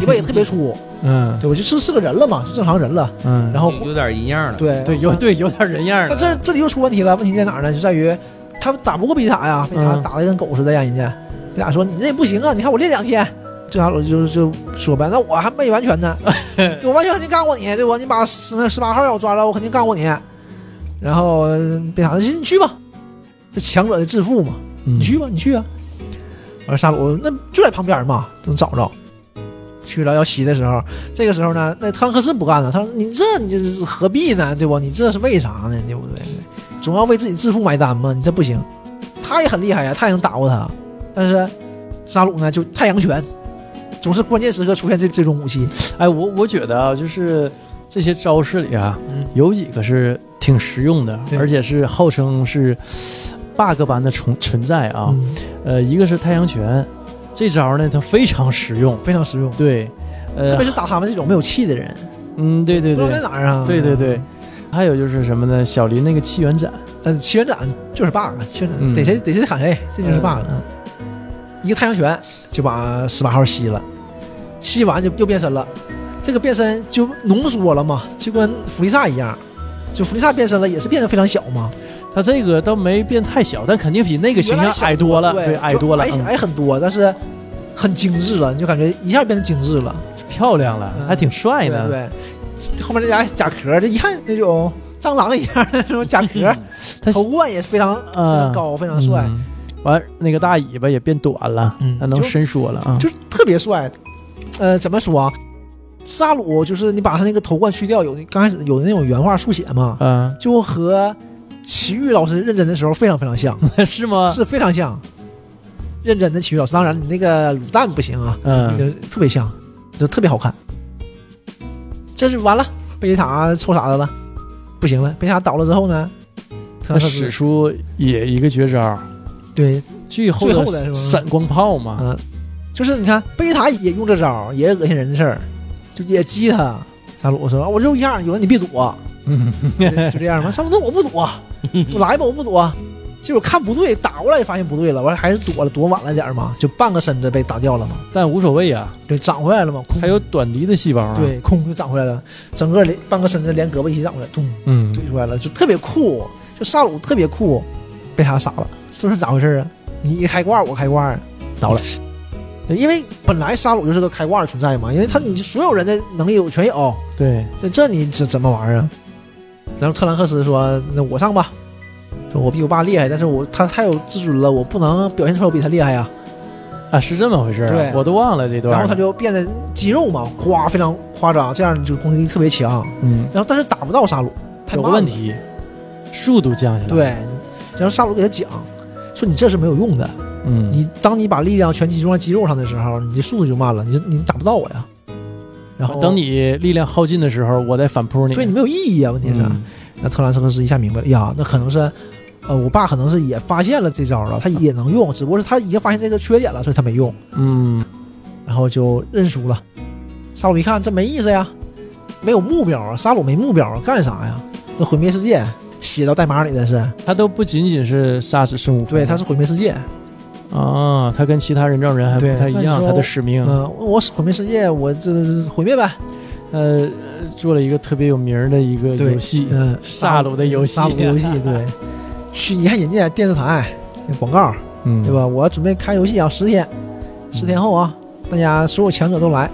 尾巴也特别粗，嗯对，我就是是个人了嘛，就正常人了。嗯，然后有点一样了。对对有对有点人样但了，这这里又出问题了，问题在哪儿呢？就在于他打不过比塔呀，比塔嗯打的跟狗似的呀，人家比塔说你这也不行啊，你看我练两天。这啥我就就说呗，那我还没完 <laughs> 全呢，我完全肯定干过你，对不？你把十那十八号让我抓着，我肯定干过你。然后呃贝塔说，你去吧，这强者的自负嘛，嗯你去吧，你去啊。完沙鲁那就在旁边嘛，能找着。去了要吸的时候，这个时候呢，那特兰克斯不干了，他说：“你这你这是何必呢？对不？你这是为啥呢？对不对？总要为自己致富买单嘛，你这不行。”他也很厉害呀，他也能打过他，但是沙鲁呢，就太阳拳，总是关键时刻出现这这种武器。哎，我我觉得啊，就是这些招式里啊，嗯有几个是挺实用的，对而且是号称是 bug 般的存存在啊。嗯，呃，一个是太阳拳，这招呢它非常实用，非常实用，对，特呃别，是打他们这种没有气的人，嗯，对对不知道在对，哪儿啊？对对对。还有就是什么呢？小林那个气源斩，呃，七元斩就是 bug，七元嗯斩逮谁逮谁砍谁，这就是 bug。一个太阳拳就把十八号吸了，吸完就又变身了，这个变身就浓缩了嘛，就跟弗利萨一样，就弗利萨变身了也是变得非常小嘛，他这个倒没变太小，但肯定比那个形原象来小矮多了，对，对，矮多了，就矮嗯矮很多，但是很精致了，你就感觉一下变得精致了，漂亮了，嗯还挺帅对呢。啊对，后面这俩甲壳，这一看那种蟑螂一样的那种甲嗯壳，嗯他头冠也非常非常高，非常帅。嗯完，那个大尾巴也变短了，嗯它能伸缩了啊。就是特别帅。呃，怎么说啊？沙鲁就是你把他那个头冠去掉，有刚开始有那种原画速写嘛，嗯，就和齐豫老师认真的时候非常非常像， <laughs> <laughs> 是吗？是非常像。认真的齐豫老师，当然你那个卤蛋不行啊，嗯就特别像，就特别好看。这是完了，贝吉塔抽傻子了，不行了，贝吉塔倒了之后呢，他特兰克使斯出也一个绝招，对最后最后的是的吧闪光炮嘛。嗯，就是你看贝塔也用这招儿，也恶心人的事儿，就也激他。沙鲁说：“啊我就一样，有人你别躲，啊嗯， <laughs> 就就这样吧。”沙鲁说：“我不躲，我来吧，我不躲。”结果看不对，打过来发现不对了，完了还是躲了，躲晚了点儿嘛，就半个身子被打掉了嘛，但无所谓啊，对，长回来了嘛，空还有短笛的细胞啊。，嗯对，空就长回来了，整个连半个身子连胳膊一起长回来，咚嗯，怼出来了，就特别酷，就萨鲁特别酷，被他杀了，这是咋回事啊？你开挂，我开挂，倒 <laughs> 了。对，因为本来沙鲁就是个开挂的存在嘛，因为他你所有人的能力有全有，对，这这你怎怎么玩啊？然后特兰克斯说：“那我上吧，说我比我爸厉害，但是我他太有自尊了，我不能表现出来我比他厉害呀、啊，是这么回事儿啊。对我都忘了这段。然后他，就变得肌肉嘛，哗非常夸张，这样就攻击力特别强。嗯，然后但是打不到沙鲁，太有慢个了问。题，速度降下来。对，，然后沙鲁给他讲说：你这是没有用的，嗯，你当你把力量全集中在肌肉上的时候，你的速度就慢了，你就你打不到我呀。然后等你力量耗尽的时候，我再反扑你。对你没有意义啊，问题是。嗯那特兰克斯一下明白了，呀，那可能是，呃，我爸可能是也发现了这招啊了，他也能用，只不过是他已经发现这个缺点了，所以他没用，嗯，然后就认输了。沙鲁一看这没意思呀，没有目标啊，沙鲁没目标啊，干啥呀？那毁灭世界写到代码里的是，他都不仅仅是杀死孙悟空，对，他是毁灭世界。啊，他跟其他人造人还不对太一那你样，说他的使命嗯、，我毁灭世界，我这毁灭呗。呃，做了一个特别有名儿的一个对游戏，嗯、萨鲁的游戏，沙鲁游戏， <laughs> 对。去，你看人家电视台那广告，嗯，对？吧？我准备开游戏啊，十天，十天后啊，大家所有强者都来。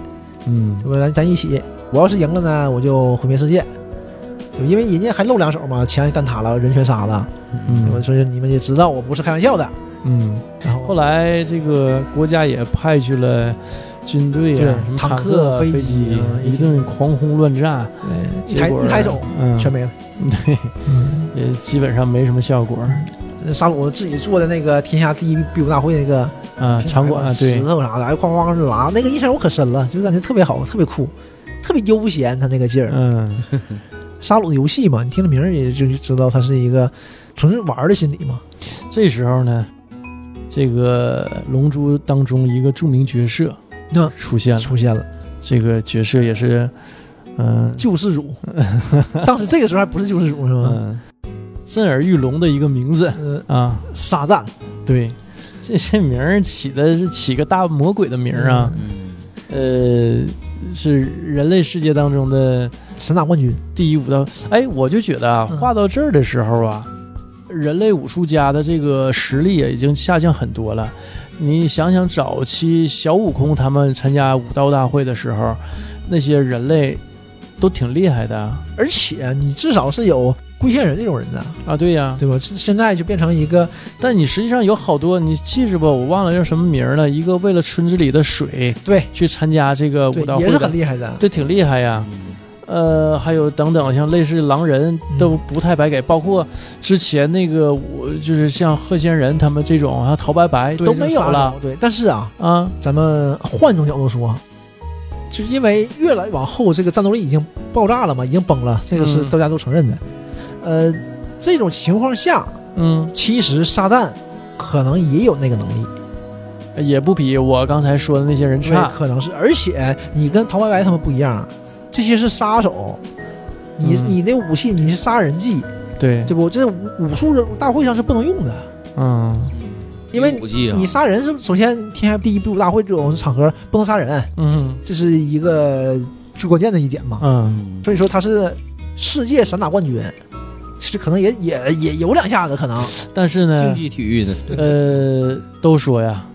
嗯对吧？咱咱一起，我要是赢了呢，我就毁灭世界，对吧因为人家还露两手嘛，强也干他了，人全杀了，对吧？嗯所以你们也知道我不是开玩笑的。嗯。然后后来这个国家也派去了军队啊，对什么坦坦克飞飞机啊一顿狂轰乱炸，哎一抬结果一抬手，嗯，全没了。 <laughs> 对，也基本上没什么效果那沙鲁自己做的那个天下第一比武大会那个啊，场馆啊，对石，头啥的，哎，哐哐就拉，那个印象我可深了，就感觉特别好，特别酷，特别悠闲，他那个劲儿。嗯沙鲁的游戏嘛，你听这名儿也就知道他是一个纯是玩儿的心理嘛。这时候呢，这个《龙珠》当中一个著名角色那出现了，出现了这个角色也是，嗯、 <laughs> 救世主，当时这个时候还不是救世主是嗯、吗？ <laughs> 震耳欲聋的一个名字嗯，啊，撒旦。对，这这名儿起的是起个大魔鬼的名儿啊，嗯，呃，是人类世界当中的神打冠军，第一武道。哎，我就觉得啊，嗯画到这儿的时候啊，人类武术家的这个实力也已经下降很多了。你想想，早期小悟空他们参加武道大会的时候，那些人类都挺厉害的啊而且你至少是有龟仙人这种人的，啊，对呀、对吧？这现在就变成一个但你实际上有好多，你记着吧，我忘了叫什么名儿了。一个为了村子里的水对去参加这个对武道，会也的，是很厉害的。这挺厉害呀。呃，还有等等，像类似狼人都不太白给，包括之前那个我就是像贺仙人他们这种，还有陶白白对都没有了。对，但是啊，啊。咱们换种角度说，就是因为越来往后这个战斗力已经爆炸了嘛，已经崩了，这个是嗯大家都承认的。呃，这种情况下，嗯，其实撒旦可能也有那个能力，也不比我刚才说的那些人对差，。可能是。而且你跟陶白白他们不一样，啊这些是杀手，你、嗯你那武器你是杀人技，对，对不？这武武术大会上是不能用的，嗯因为武技啊你杀人是首先天下第一比武大会这种场合不能杀人，嗯这是一个最关键的一点嘛。嗯，嗯所以说他是世界散打冠军，是可能也也也有两下子，可能但是嗯竞呢，技体育的，呃，都说呀，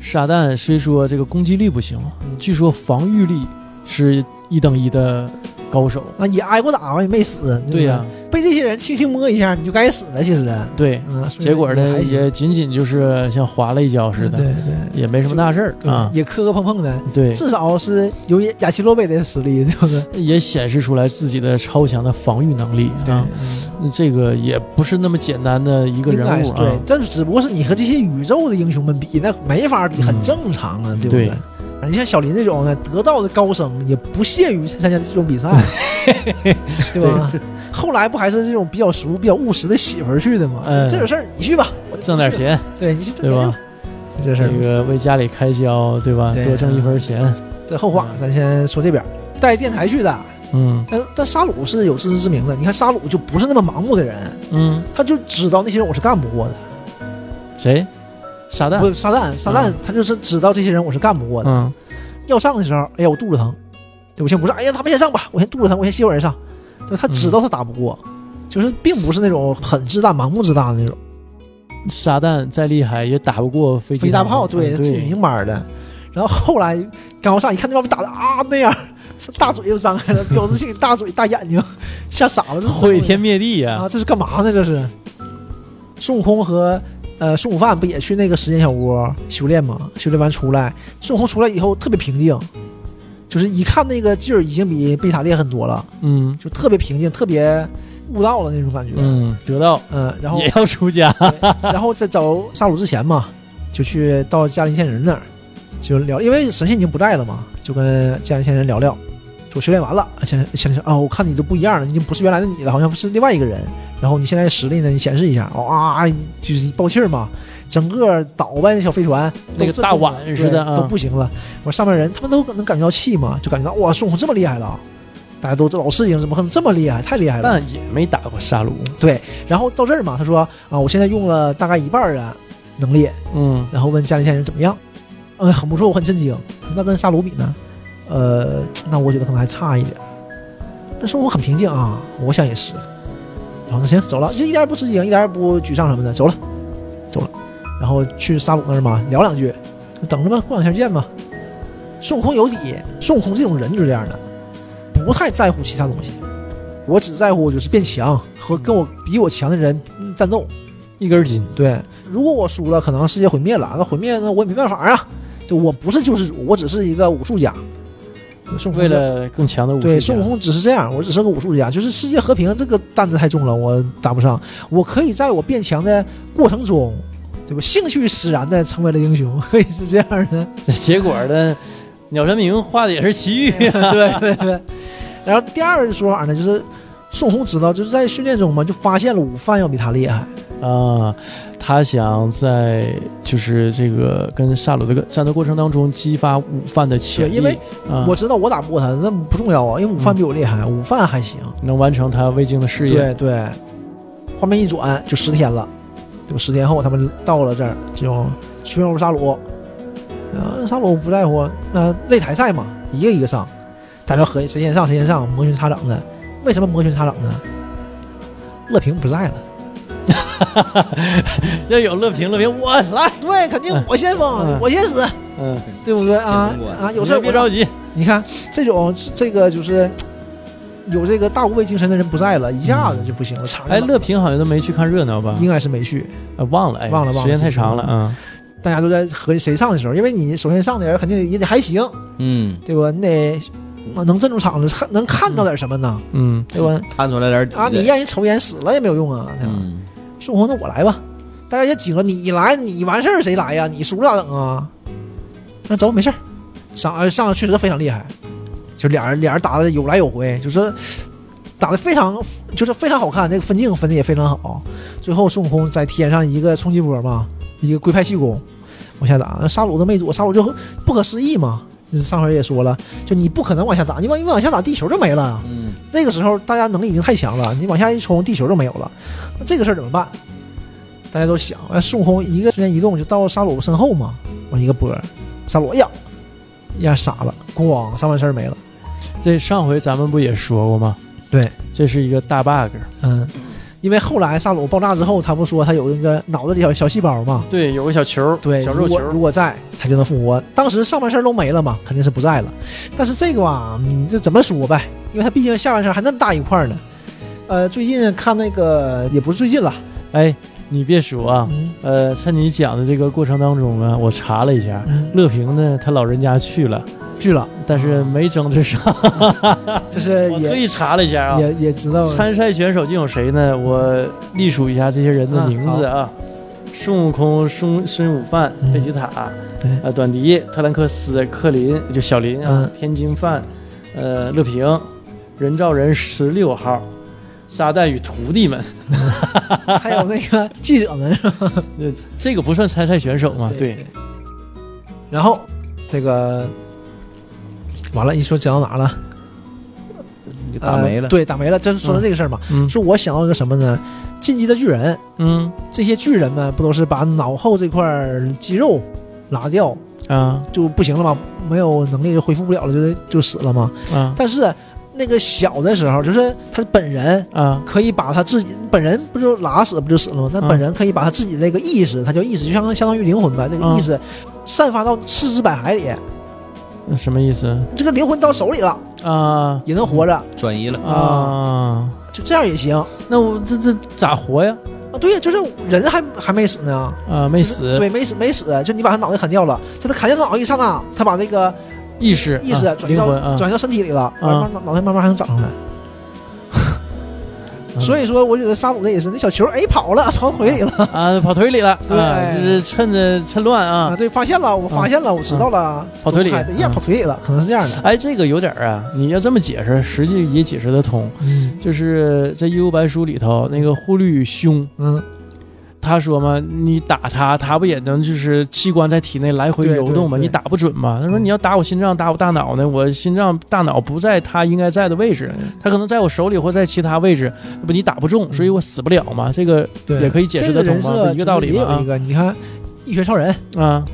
傻蛋虽说这个攻击力不行，嗯据说防御力是一等一的高手。啊也挨过打吧，也没死。对呀、被这些人轻轻摸一下你就该死了，其实。对，嗯，所以结果呢还行也仅仅就是像滑了一跤似的，对对也没什么大事儿对，啊。也磕磕碰碰的，对，至少是有雅奇洛贝的实力，对不对？也显示出来自己的超强的防御能力啊。嗯这个也不是那么简单的一个应该人是物对啊。，但是只不过是你和这些宇宙的英雄们比，那没法比，很正常啊，对不嗯对？你像小林这种呢，得道的高僧，也不屑于参加这种比赛，嗯对 <laughs> 吧？后来不还是这种比较熟、比较务实的媳妇儿去的吗？嗯这种事儿你去吧，我就挣点不去了，钱，对，你去挣对钱吧吧？？嗯就这事这儿，个为家里开销，对吧？对多挣一分钱。这后话咱先说这边儿。带电台去的嗯但但沙鲁是有自知之明的，你看沙鲁就不是那么盲目的人，嗯，他就知道那些人我是干不过的。谁？傻蛋不，，撒旦，撒旦，他就是知道这些人我是干不过的。嗯要上的时候，哎呀，我肚子疼，对我先不上，哎呀，他们先上吧，我先肚子疼，我先吸会儿人上。就他知道他打不过，就是并不是那种很自大、盲目自大的那种。傻蛋再厉害也打不过飞机嗯飞大炮，对对，自己明白的。然后后来刚上一看那帮人打的啊那样， <laughs> 大嘴又张开了，标志性大嘴大眼睛，吓傻了，这是毁天灭地呀、啊，这是干嘛呢？这是孙悟空和呃孙悟饭不也去那个时间小窝修炼吗？修炼完出来，孙悟空出来以后特别平静，就是一看那个劲儿已经比贝塔烈很多了，嗯就特别平静，特别悟道了那种感觉。嗯，得到嗯然后也要出家， <laughs> 然后在找沙鲁之前嘛，就去到嘉陵县人那儿就聊，因为神仙已经不在了嘛，就跟嘉陵县人聊聊，说修炼完了，现在现在啊，我看你都不一样了，你已经不是原来的你了，好像是另外一个人。然后你现在实力呢，你显示一下，哦啊，就是爆气儿嘛，整个倒呗，那小飞船那个都震动大碗了似的对啊都不行了。我上面人他们都能感觉到气嘛，就感觉到哇，孙悟空这么厉害了，啊大家都这老适应，怎么可能这么厉害？太厉害了！但也没打过沙鲁。然后到这儿嘛，他说啊，我现在用了大概一半儿的能力，嗯然后问家里现人怎么样，嗯，很不错，我很震惊。那跟沙鲁比呢？呃，那我觉得可能还差一点。但是我很平静啊，我想也是。然后那行走了，就一点也不吃惊，一点也不沮丧什么的，走了，走了。然后去沙鲁那儿嘛，聊两句，就等着吧，过两天见吧。孙悟空有底，孙悟空这种人就是这样的，不太在乎其他东西，我只在乎就是变强和跟我比我强的人嗯战斗。一根筋，对，如果我输了，可能世界毁灭了，那毁灭那我也没办法啊。对我不是救世主，我只是一个武术家。对孙悟空为了更强的武对士孙悟空只是这样，我只是个武术家，就是世界和平这个担子太重了，我打不上。我可以在我变强的过程中，对吧？兴趣使然的成为了英雄，可以是这样的。 <laughs> 结果呢，鸟山明画的也是奇遇呀、对对对。然后第二个说法呢，就是孙悟空知道，就是在训练中嘛，就发现了午饭要比他厉害。 <laughs> 啊，他想在就是这个跟沙鲁这个战斗过程当中激发午饭的潜力，对因为啊我知道我打不过他，那不重要啊，因为午饭比我厉害，嗯午饭还行。能完成他未竟的事业。对对，画面一转就十天了，就十天后他们到了这儿，就群殴沙鲁。啊，沙鲁不在乎，那擂台赛嘛，一个一个上，大家合计谁先上谁先上，摩拳擦掌的。为什么摩拳擦掌呢？乐平不在了，要有乐平，乐平我来，对，肯定嗯我先锋，嗯我先死，嗯，对不对啊先先甭管啊？有事儿你们别我着急，你看这种这个就是有这个大无畏精神的人不在了，一下子就不行了，场哎，乐平好像都没去看热闹吧？应该是没去。啊忘了，哎，忘了忘了时间太长了啊。大家都在合计谁上的时候，因为你首先上的人肯定也得还行，嗯，对吧？你得呃能镇住场子，看能看到点什么呢，嗯，对吧？看出来点底啊，你来让人抽烟死了也没有用啊，对吧？嗯，孙悟空，哦那我来吧。大家也惊了，你来，你完事儿谁来呀？你输了咋整啊？那走，没事儿。上呃上确实非常厉害，就俩人俩人打的有来有回，就是打的非常就是非常好看，那个分镜分的也非常好。最后孙悟空在天上一个冲击波嘛，一个龟派气功往下打，那沙鲁都没躲，沙鲁就不可思议嘛。上回也说了，就你不可能往下打，你往你往下打，地球就没了。嗯，那个时候大家能力已经太强了，你往下一冲，地球就没有了。那这个事儿怎么办？大家都想，哎，孙悟空一个瞬间移动就到沙鲁身后嘛，往一个波儿，沙鲁哎呀，一下傻了，咣，上完事儿没了。这上回咱们不也说过吗？对，这是一个大 bug。嗯，因为后来沙鲁爆炸之后，他不说他有那个脑子里小小细胞嘛，对，有个小球，对，小肉如果球如。果在，他就能复活。当时上半身都没了嘛，肯定是不在了。但是这个吧，你这怎么说呗？因为他毕竟下半身还那么大一块儿呢。呃，最近看那个也不是最近了，哎，你别说啊，嗯，呃，趁你讲的这个过程当中啊，我查了一下，乐平呢，他老人家去了，去了。但是没争之上。就是嗯我特啊也意查了一下啊，也也知道参赛选手竟有谁呢？我隶属一下这些人的名字啊：孙悟空、孙孙悟饭、嗯贝吉塔、对呃，短笛、特兰克斯、克林，就小林啊嗯，天津饭，呃，乐平，人造人十六号。沙袋与徒弟们，还有那个记者们，呃这个不算参赛选手吗？ <laughs> 对然后这个完了，一说讲到哪了？给打没了。呃对，打没了。这是说到这个事儿嘛，嗯说我想到一个什么呢？进击的巨人，嗯这些巨人们不都是把脑后这块儿肌肉拉掉啊就不行了吗？没有能力就恢复不了了，就就死了吗？啊但是那个小的时候，就是他本人啊可以把他自己本人不就拉死不就死了吗？但嗯本人可以把他自己那个意识，他叫意识，就相当相当于灵魂吧，这个嗯意识散发到四肢百海里，什么意思这个灵魂到手里了啊也能活着，转移了，啊？就这样也行啊。那我这这咋活呀？对呀，就是人还还没死呢，啊，没没死，对，没死没死，就你把他脑袋砍掉了，在他砍掉脑袋一刹那，他把那个意识意识啊转移灵到魂啊，转移到身体里了，然后脑袋慢慢还能长上来。嗯所以说，我觉得沙鲁这也是，那小球哎跑了， <laughs> 跑腿里了啊跑腿里了，啊，对就是趁着趁乱啊！啊。对，发现了，我发现了，我知道了，跑腿里哎呀，嗯跑腿里了，可能是这样的。哎，这个有点儿啊，你要这么解释，实际也解释得通。嗯就是在《幽游白书》里头，那个护律兄嗯，他说嘛，你打他，他不也能就是器官在体内来回对游动嘛？对对你打不准嘛？他说嗯你要打我心脏，打我大脑呢，我心脏大脑不在他应该在的位置，嗯他可能在我手里或在其他位置，不你打不中，所以我死不了嘛。这个对也可以解释得通这嘛人设一个道理也嘛有啊一个，你看《一拳超人》啊，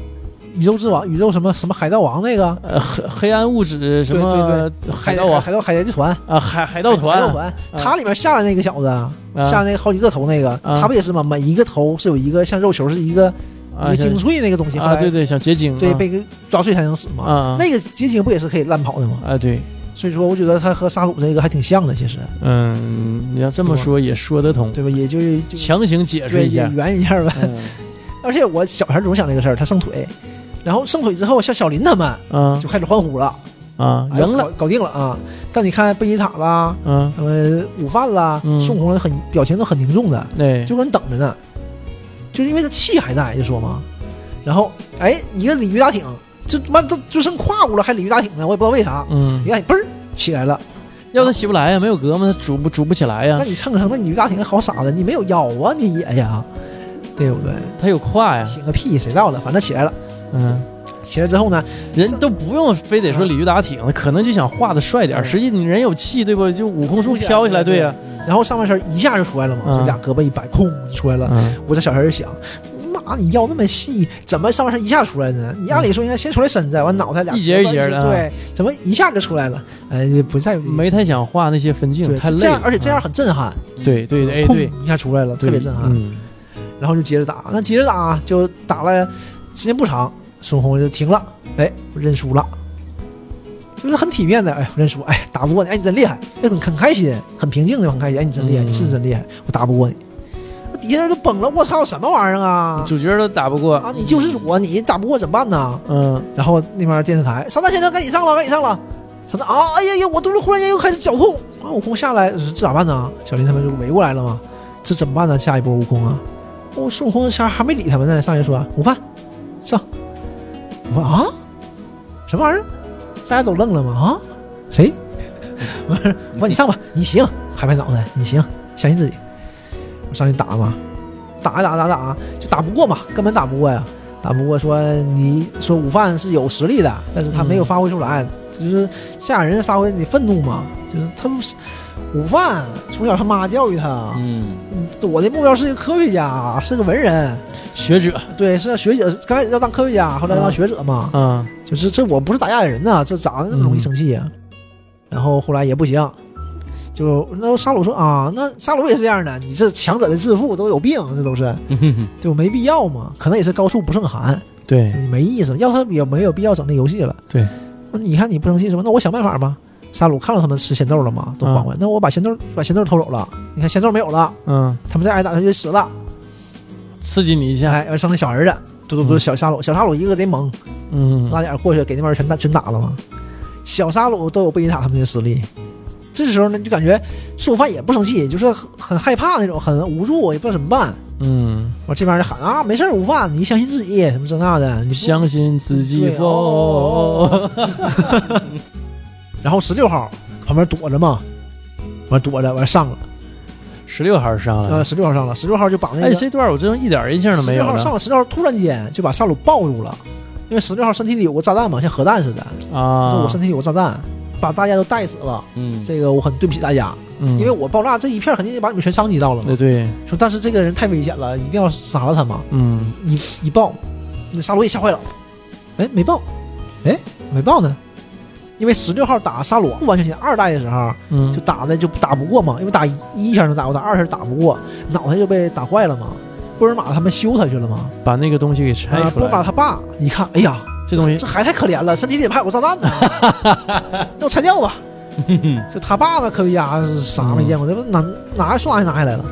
宇宙之王、宇宙什么什么海盗王那个呃，黑黑暗物质什么海盗啊海盗海贼团啊海海盗海盗团嗯团，它里面下来那个小子，啊下来那个好几个头那个，啊他不也是吗？每一个头是有一个像肉球是一个一啊个精粹那个东西，后啊来对对想结晶对啊被给抓碎才能死嘛。啊那个结晶不也是可以乱跑的吗？啊对。所以说，我觉得他和沙鲁这个还挺像的，其实嗯，你要这么说也说得通，对吧？也就就强行解释对一也下。圆一下吧。而且我小孩总想这个事儿，他剩腿，然后剩腿之后，像小林他们啊就开始欢呼了，啊，哎赢了，搞搞定了啊！但你看贝吉塔啦，啊，什么午饭啦，嗯孙悟空很表情都很凝重的，对，就跟等着呢，就是因为他气还在，就说嘛。然后哎，一个鲤鱼打挺，这他妈都就剩胯骨了，还鲤鱼打挺呢，我也不知道为啥，嗯鲤鱼，打挺嘣儿起来了。要他起不来呀，没有胳膊，他拄不拄不起来呀那，你蹭蹭，那鲤鱼打挺好傻子，你没有腰啊，你野呀，对不对？他有胯呀，挺个屁，谁到了？反正起来了。嗯，起来之后呢，人都不用非得说鲤鱼打挺，可能就想画的帅点儿，嗯实际你人有气，对不？就悟空术飘起来，对呀，然后上半身一下就出来了嘛，嗯就俩胳膊一摆，空就出来了。嗯我这小孩就想，你妈你腰那么细，怎么上半身一下出来呢？你按理说应该先出来身子，完脑袋俩嗯一节一节胳膊的啊对，怎么一下就出来了？哎，不在没太想画那些分镜，对，太这累样了，而且这样很震撼，嗯，对对对，哎砰对，一下出来了，特别对震撼。嗯然后就接着打，那接着打就打了时间不长，孙悟空就停了，哎，认输了。就是很体面的，哎，认输，哎，打不过你，哎，你真厉害，哎，很很开心，很平静的，很开心，哎，你真厉害，嗯你是真厉害，我打不过你，那底下人都崩了，我操，什么玩意儿嗯啊？主角都打不过，啊，你救世主啊，你打不过怎么办呢？嗯然后那边电视台，上当先生赶紧上了，赶紧上了，上当啊，哎呀呀，我肚子忽然间又开始绞痛，啊，悟空下来，这咋办呢？小林他们就围过来了嘛，这怎么办呢？下一波悟空啊，我、孙悟空啥还没理他们呢，上来就说啊午饭，上，午饭啊，什么玩意儿？大家都愣了嘛啊，谁？我说我说你上吧，你行，拍拍脑袋，你行，相信自己，我上去打嘛，打呀打打打，就打不过嘛，根本打不过呀。打不过说你说午饭是有实力的，但是他没有发挥出来，就是吓人发挥你愤怒嘛，就是他不是午饭从小他妈教育他，嗯，我的目标是一个科学家，是个文人，学者对，是学者，刚开始要当科学家，后来当学者嘛，啊，就是这我不是打压人呐，这咋那么容易生气呀、然后后来也不行，就那沙鲁说啊，那沙鲁也是这样的，你这强者的自负都有病，这都是嗯就没必要嘛，可能也是高处不胜寒。对没意思，要他也没有必要整那游戏了。对，那你看你不生气是吧？那我想办法吧。沙鲁看到他们吃咸豆了吗？都缓过来。那我把咸豆把咸豆偷走了。你看咸豆没有了，嗯，他们再挨打他就死了。刺激你一下，哎，要生那小儿子，嘟嘟嘟，嗯小沙鲁，小沙鲁一个贼猛，嗯拉点过去给那帮人全打全打了嘛。小沙鲁都有贝吉塔他们的实力。这时候呢，就感觉孙悟饭也不生气，就是很很害怕那种，很无助，也不知道怎么办。嗯。我这边就喊啊，没事儿，悟饭，你相信自己，什么这那的，你不相信自己对哦否？ <laughs> 然后十六号旁边躲着嘛，完躲着完上了， <laughs> 十六号上来呃，了，十六号上了，十六号就把那哎，个这段我真一点印象都十没六有号上了了，十六号突然间就把沙鲁抱住了，因为十六号身体里有个炸弹嘛，像核弹似的，说啊我！身体有个炸弹，把大家都带死了，嗯，这个我很对不起大家，嗯，因为我爆炸这一片肯定把你们全伤及到了嘛对。对，说但是这个人太危险了，一定要杀了他嘛。嗯一一爆，那沙罗也吓坏了，哎没爆，哎没爆呢，因为十六号打沙罗不完全行，二代的时候嗯，就打的就打不过嘛，因为打一下能打过，打二下打不过，脑袋就被打坏了嘛。波尔玛他们修他去了嘛，把那个东西给拆啊，出波来尔玛了，他爸一看，哎呀，这东西这孩子太可怜了，身体里还有个炸弹呢，那我拆掉吧。就他爸那科比亚是啥没见过，这不拿拿说拿下拿下来了，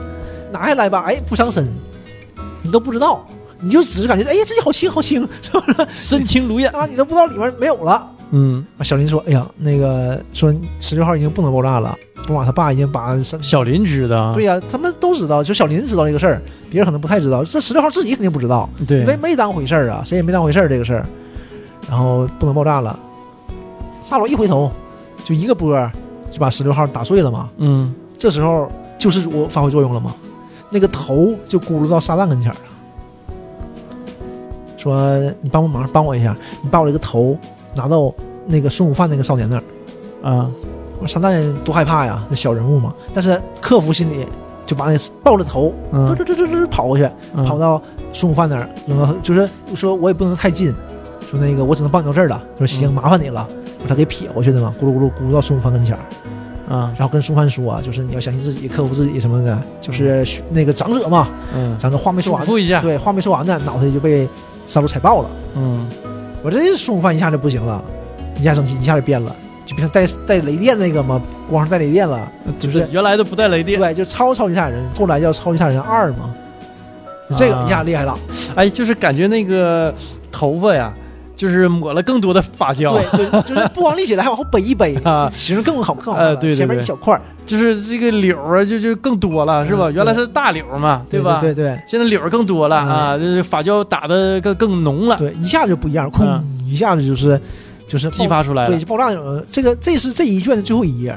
拿下来吧，哎，不伤身，你都不知道，你就只是感觉哎呀自己好轻好轻， <laughs> 是不是？身轻如燕，啊，你都不知道里面没有了。嗯，啊小林说，哎呀，那个说十六号已经不能爆炸了，布马他爸已经把身小林知道，对呀、他们都知道，就小林知道这个事儿，别人可能不太知道。这十六号自己肯定不知道，因为对，没当回事儿啊，谁也没当回事儿这个事儿，然后不能爆炸了。萨罗一回头，就一个波儿就把十六号打碎了嘛。嗯这时候救世主发挥作用了嘛，那个头就咕噜到撒旦跟前儿了，说：“你帮帮忙，帮我一下，你把我这个头拿到那个孙悟饭那个少年那儿。啊，”我撒旦多害怕呀，这小人物嘛，但是克服心理，就把那抱着头，嗯这这这这这跑过去，嗯跑到孙悟饭那儿，扔到就是说我也不能太近，说那个我只能帮你到这儿了，说行，嗯麻烦你了，把他给撇过去的嘛，咕噜咕噜咕噜到孙悟饭跟前儿，啊，然后跟孙悟饭说啊，就是你要相信自己，克服自己什么的，就是学那个长者嘛，嗯，长者话没说嘱完，咐一下，对，话没说完呢，脑袋就被沙鲁踩爆了，嗯我这孙悟饭一下就不行了，一下生气，一下就变了，就变成带带雷电那个嘛，光上带雷电了，就是原来的不带雷电，对，就超超级赛亚人，后来叫超级赛亚人二嘛，就这个啊一下厉害了。哎，就是感觉那个头发呀，就是抹了更多的发胶，对对，就是不往立起来，还往后背一背啊，形状更好更好看呃了。对对前面一对小块儿，就是这个柳儿啊，就就更多了，是吧？嗯对原来是大柳嘛，吧？对对现在柳儿更多了啊，就是发胶打的更更浓了，对，一下就不一样，哐嗯，一下子就是就是爆激，发出来对，了就爆炸那种。这个这是这一卷的最后一页，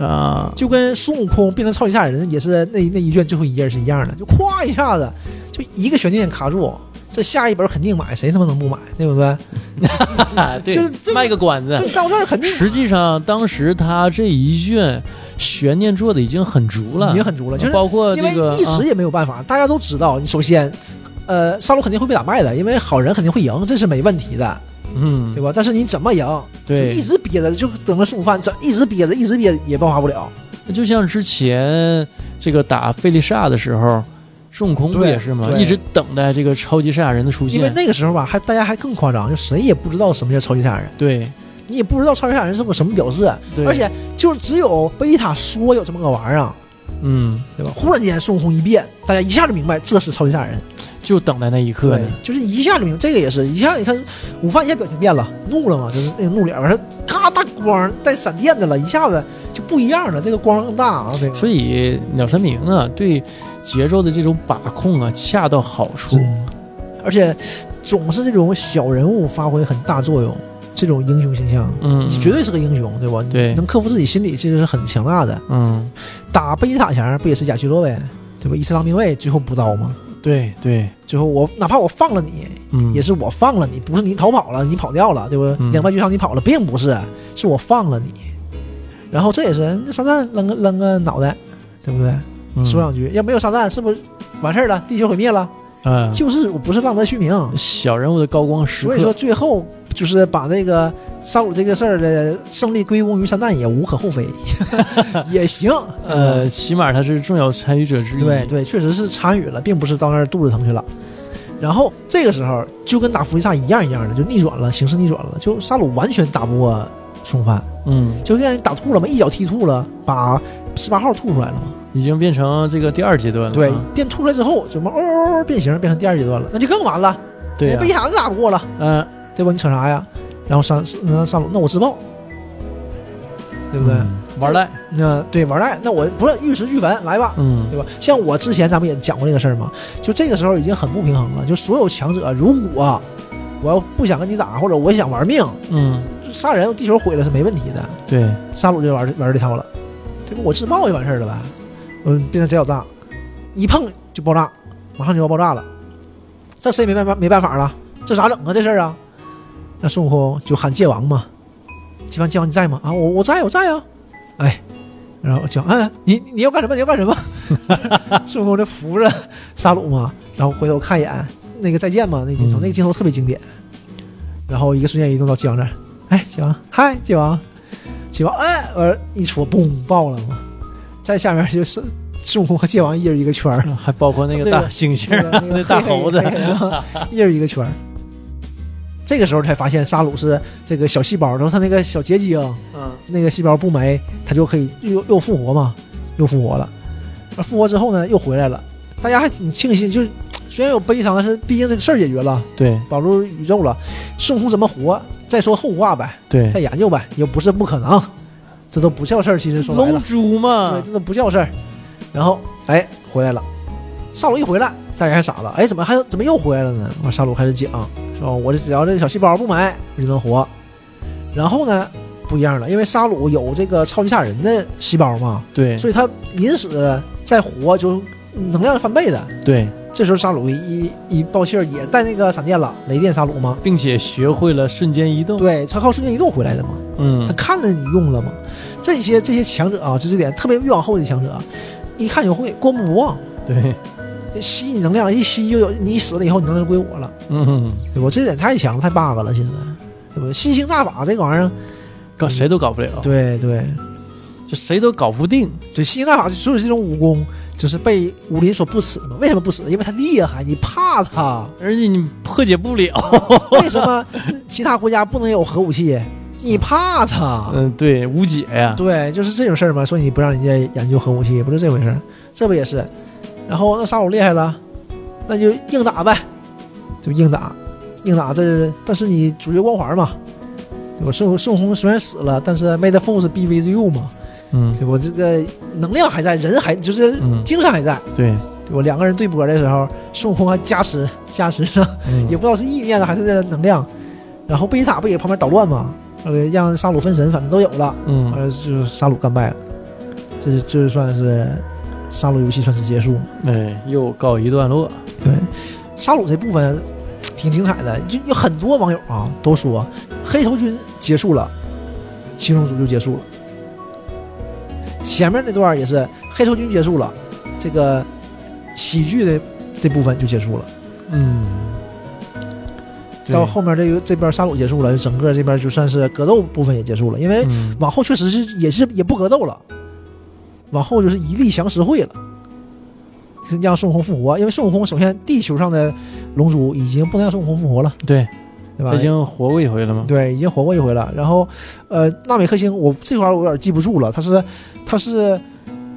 啊，就跟孙悟空变成超级赛亚人也是那那一卷最后一页是一样的，就咵一下子就一个悬念卡住。这下一本肯定买，谁他妈能不买，对不对？哎对就是这个卖个关子。就到这儿肯定实际上，当时他这一卷悬念做的已经很足了，嗯已经很足了，就是包括因这个啊为一时也没有办法，大家都知道，你首先，呃，沙鲁肯定会被打败的，因为好人肯定会赢，这是没问题的，啊嗯，对吧？但是你怎么赢，就一对，直憋着，就等着送饭，这一直憋着，一直憋着也爆发不了。就像之前这个打费利莎的时候，孙悟空不对也是吗？对一直等待这个超级赛亚人的出因为现，那个时候吧，还大家还更夸张，就谁也不知道什么叫超级赛亚人，对你也不知道超级赛亚人是个什么表示，对，而且就是只有贝塔说有这么个玩意儿啊，嗯，对吧？忽然间孙悟空一变，大家一下就明白这是超级赛亚人，就等待那一刻对呢，，就是一下就明白，这个也是一下，你看午饭一下表情变了，怒了嘛，就是那个怒脸，完事咔大光带闪电的了，一下子就不一样了，这个光更大啊，这个所以鸟山明啊，对节奏的这种把控啊，恰到好处。嗯，而且总是这种小人物发挥很大作用，这种英雄形象，嗯，你绝对是个英雄，对吧？对能克服自己心理，这个是很强大的。嗯，打贝吉塔前不也是亚奇洛呗，对吧？伊斯兰兵卫最后补刀吗？对对，最后我哪怕我放了你，嗯，也是我放了你，不是你逃跑了，你跑掉了，对吧？嗯两败俱伤，你跑了，并不是，是我放了你。然后这也是那沙赞扔个扔个脑袋，对不对？嗯说两句，要没有沙赞，是不是完事儿了？地球毁灭了？嗯，就是我不是浪得虚名，小人物的高光时刻。所以说，最后就是把那个沙鲁这个事儿的胜利归功于三蛋也无可 <laughs> 厚非，也行。哎呃，，起码他是重要参与者之一。嗯对，对，确实是参与了，并不是到那儿肚子疼去了。然后这个时候就跟打弗利萨一样一样的，就逆转了，形势逆转了，就沙鲁完全打不过松帆，嗯，就让人打吐了嘛，一脚踢吐了，把十八号吐出来了嘛。已经变成这个第二阶段了。对啊，变吐出来之后，怎么哦哦哦变形，变成第二阶段了，那就更完了，对那贝呀，塔子哎打不过了。嗯，对吧？你扯啥呀？然后上那上路，那我自爆，对不对？嗯？玩赖，那对玩赖，那我不是玉石俱焚，来吧，嗯，对吧？像我之前咱们也讲过这个事儿嘛，就这个时候已经很不平衡了。就所有强者，如果我要不想跟你打，或者我想玩命，嗯，杀人地球毁了是没问题的。对，沙鲁就玩玩这套了，对吧？我自爆就完事儿了呗，嗯，变成贼老大，一碰就爆炸，马上就要爆炸了，这谁也没办法没办法了，这咋整啊？这事儿啊，那孙悟空就喊界王嘛，接班将你在吗？啊，我我在我在呀、哎，然后讲，哎，你你要干什么？你要干什么？ <laughs> 孙悟空就扶着沙鲁嘛，然后回头看一眼那个再见嘛，那镜头、嗯那个镜头特别经典。然后一个瞬间移动到姜那儿，哎，鸡王，嗨，鸡王，鸡王，哎，完一戳，嘣，爆了嘛。在下面就是孙悟空和界王一人一个圈儿，还包括那个大猩猩 <laughs> 那个啊，那那个大猴子黑，<laughs> 黑的一人一个圈儿。这个时候才发现沙鲁是这个小细胞，然后他那个小结晶，嗯，那个细胞不没，他就可以又又复活嘛，又复活了。而复活之后呢，又回来了，大家还挺庆幸，就是虽然有悲伤，但是毕竟这个事儿解决了，对保住宇宙了。孙悟空怎么活，再说后话呗，对再，研究呗，又不是不可能，这都不叫事儿。其实说白了龙，珠嘛对，，这都不叫事儿。然后哎，回来了，沙鲁一回来，大家还傻了，哎，怎么还怎么又回来了呢？完，沙鲁开始讲，说我这只要这个小细胞不埋，我就能活。然后呢，不一样了，因为沙鲁有这个超级赛亚人的细胞嘛，对所以他临死再活就能量是翻倍的。对，这时候沙鲁一一爆气儿，也带那个闪电了，雷电沙鲁嘛，并且学会了瞬间移动，对他靠瞬间移动回来的嘛。他嗯，看着你用了吗？这些这些强者啊，就这点特别越往后的强者啊，一看就会，过目不忘，对，吸你能量，一吸就有，你死了以后，你能量就归我了，嗯，对吧？这点太强太 bug 了，其实，对吧？吸星大法这个玩意儿，搞谁都搞不了，嗯对对就谁都搞不定，对，吸星大法所有这种武功，就是被武林所不耻嘛。为什么不耻？因为他厉害，你怕 <laughs> 他。而且你破解不了，为什么其他国家不能有核武器？你怕他。嗯，对，无解呀， <laughs> 对，就是这种事儿嘛，说你不让人家研究核武器，不是这回事儿，这不也是？然后那沙鲁厉害了，那就硬打呗，就硬打，硬打这，但是你主角光环嘛，对吧？孙悟孙悟空虽然死了，但是 Made Force B V Z U 嘛，嗯对吧？这个能量还在，人还就是嗯，精神还在，对，对吧？两个人对搏的时候，孙悟空还加持加持上，嗯也不知道是意念呢还是这个能量，然后贝塔不也旁边捣乱嘛，呃，让沙鲁分神，反正都有了。嗯，呃，就是沙鲁干败了，这就这就算是沙鲁游戏算是结束嘛。哎，又告一段落，对，沙鲁这部分挺精彩的，就有很多网友啊都说黑头军结束了，七龙珠就结束了。前面那段也是黑头军结束了，这个喜剧的这部分就结束了，嗯，对到，后面这个这边沙鲁结束了，整个这边就算是格斗部分也结束了，因为嗯往后确实是也是也不格斗了，往后就是一力降十会了，让孙悟空复活。因为孙悟空首先地球上的龙珠已经不能让孙悟空复活了，对，对吧？他已经活过一回了吗？对已经活过一回了。然后，呃，纳美克星我这块儿我有点记不住了，他是他是